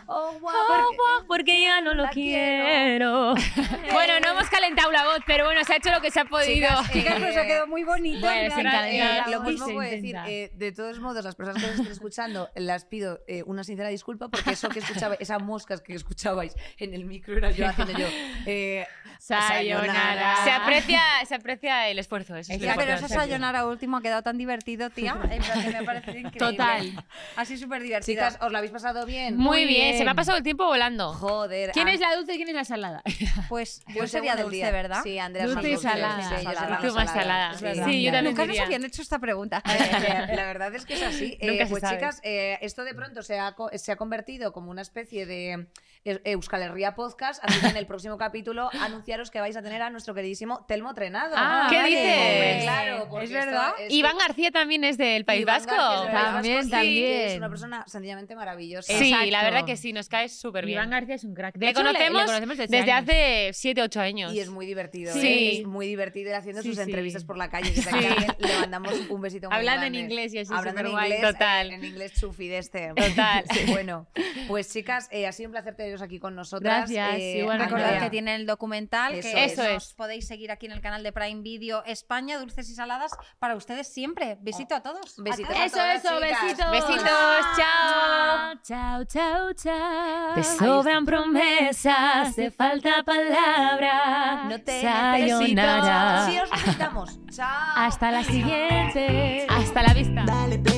S1: Oh, wow.
S5: porque ya no lo
S1: La
S5: quiero.
S1: quiero.
S5: bueno, no hemos calentado la voz, pero bueno, se ha hecho lo que se ha podido.
S1: Chicas,
S2: eh,
S1: chicas,
S2: pues
S1: nos ha quedado muy bonito.
S4: Bueno, se
S1: Nada,
S4: intenta,
S1: eh,
S4: se
S1: lo mismo
S4: intenta.
S1: puedo decir. eh, de todos modos, las personas que nos estén escuchando, las pido eh, una sincera disculpa porque eso que escuchaba, esas moscas que escuchabais en el micro era yo haciendo yo. eh, Sayonara.
S5: Ah.
S3: Se aprecia, se aprecia el esfuerzo. Eso es lo
S1: Ya,
S2: pero
S3: importante.
S2: esa sayonara último ha quedado tan divertido, tía. En plan que me parece increíble.
S4: Total.
S2: Así súper divertido.
S1: chicas, ¿os lo habéis pasado bien?
S3: Muy bien.
S4: bien.
S3: se me ha pasado el tiempo volando.
S1: Joder.
S4: Mm. ¿Quién
S1: a-
S4: es la dulce y quién es la salada?
S2: pues
S1: yo
S2: yo sería
S1: según
S2: dulce,
S1: día.
S2: ¿verdad?
S1: Sí, Andrea
S4: Dulce y
S1: es más
S4: salada.
S1: Sí, yo soy
S2: Salada.
S1: más
S3: Tú más salada.
S1: es
S2: Sí,
S1: verdad.
S3: Sí, yo también
S2: Nunca nos
S3: diría.
S2: habían hecho esta pregunta.
S1: Eh, la verdad es que es así. Eh,
S3: Nunca se
S1: pues
S3: sabe.
S1: chicas, eh, esto de pronto se ha, co- se ha convertido como una especie de eh, Euskal Herria Podcast, así que en el próximo capítulo anunciaros que vais a tener a nuestro queridísimo Telmo Trenado.
S3: Ah, ¿qué dices?
S1: Hombre, claro, porque
S2: Es verdad.
S1: esto es-
S3: Iván García también es del País
S1: Iván
S3: Vasco.
S1: García es del País Vasco,
S4: También,
S1: sí,
S4: también.
S1: que Es una persona sencillamente maravillosa.
S3: Sí,
S4: Exacto.
S3: la verdad que sí, nos cae súper bien.
S4: Iván García es un crack. De
S3: Le
S4: hecho,
S3: conocemos
S4: desde
S3: Desde
S4: años.
S3: hace 7, 8 años.
S1: Y es muy divertido.
S3: Sí.
S1: ¿eh? Es muy divertido ir haciendo
S4: Sí,
S1: sus
S4: sí.
S1: entrevistas por la calle. Desde aquí
S3: Sí.
S1: también le mandamos un besito muy
S3: Hablando en
S1: grande.
S3: inglés y así,
S1: Hablando en
S3: superguay,
S1: inglés,
S3: total.
S1: eh, en inglés chufi de este.
S3: Total.
S1: Sí, bueno, pues chicas, eh, ha sido un placer teneros aquí con nosotras. eh,
S4: Gracias, igualmente.
S1: Andrea,
S2: Recordad que tiene el documental
S1: Eso
S2: que
S3: es. Eso
S2: nos
S3: es.
S2: podéis seguir aquí en el canal de Prime Video España, Dulces y Saladas, para ustedes siempre. Besito a todos.
S1: Besito
S2: A
S1: a
S2: todas.
S1: todos.
S5: Eso, eso,
S1: Chicas,
S5: besitos.
S3: Besitos, chao.
S5: Chao, chao, chao.
S1: Ahí
S5: Te
S1: está.
S5: sobran promesas, te falta palabra.
S1: No te
S5: Sayonara.
S4: Ah.
S1: necesito. Sí, os necesitamos. Chao.
S5: Hasta la siguiente.
S3: Hasta la vista.
S6: Dale play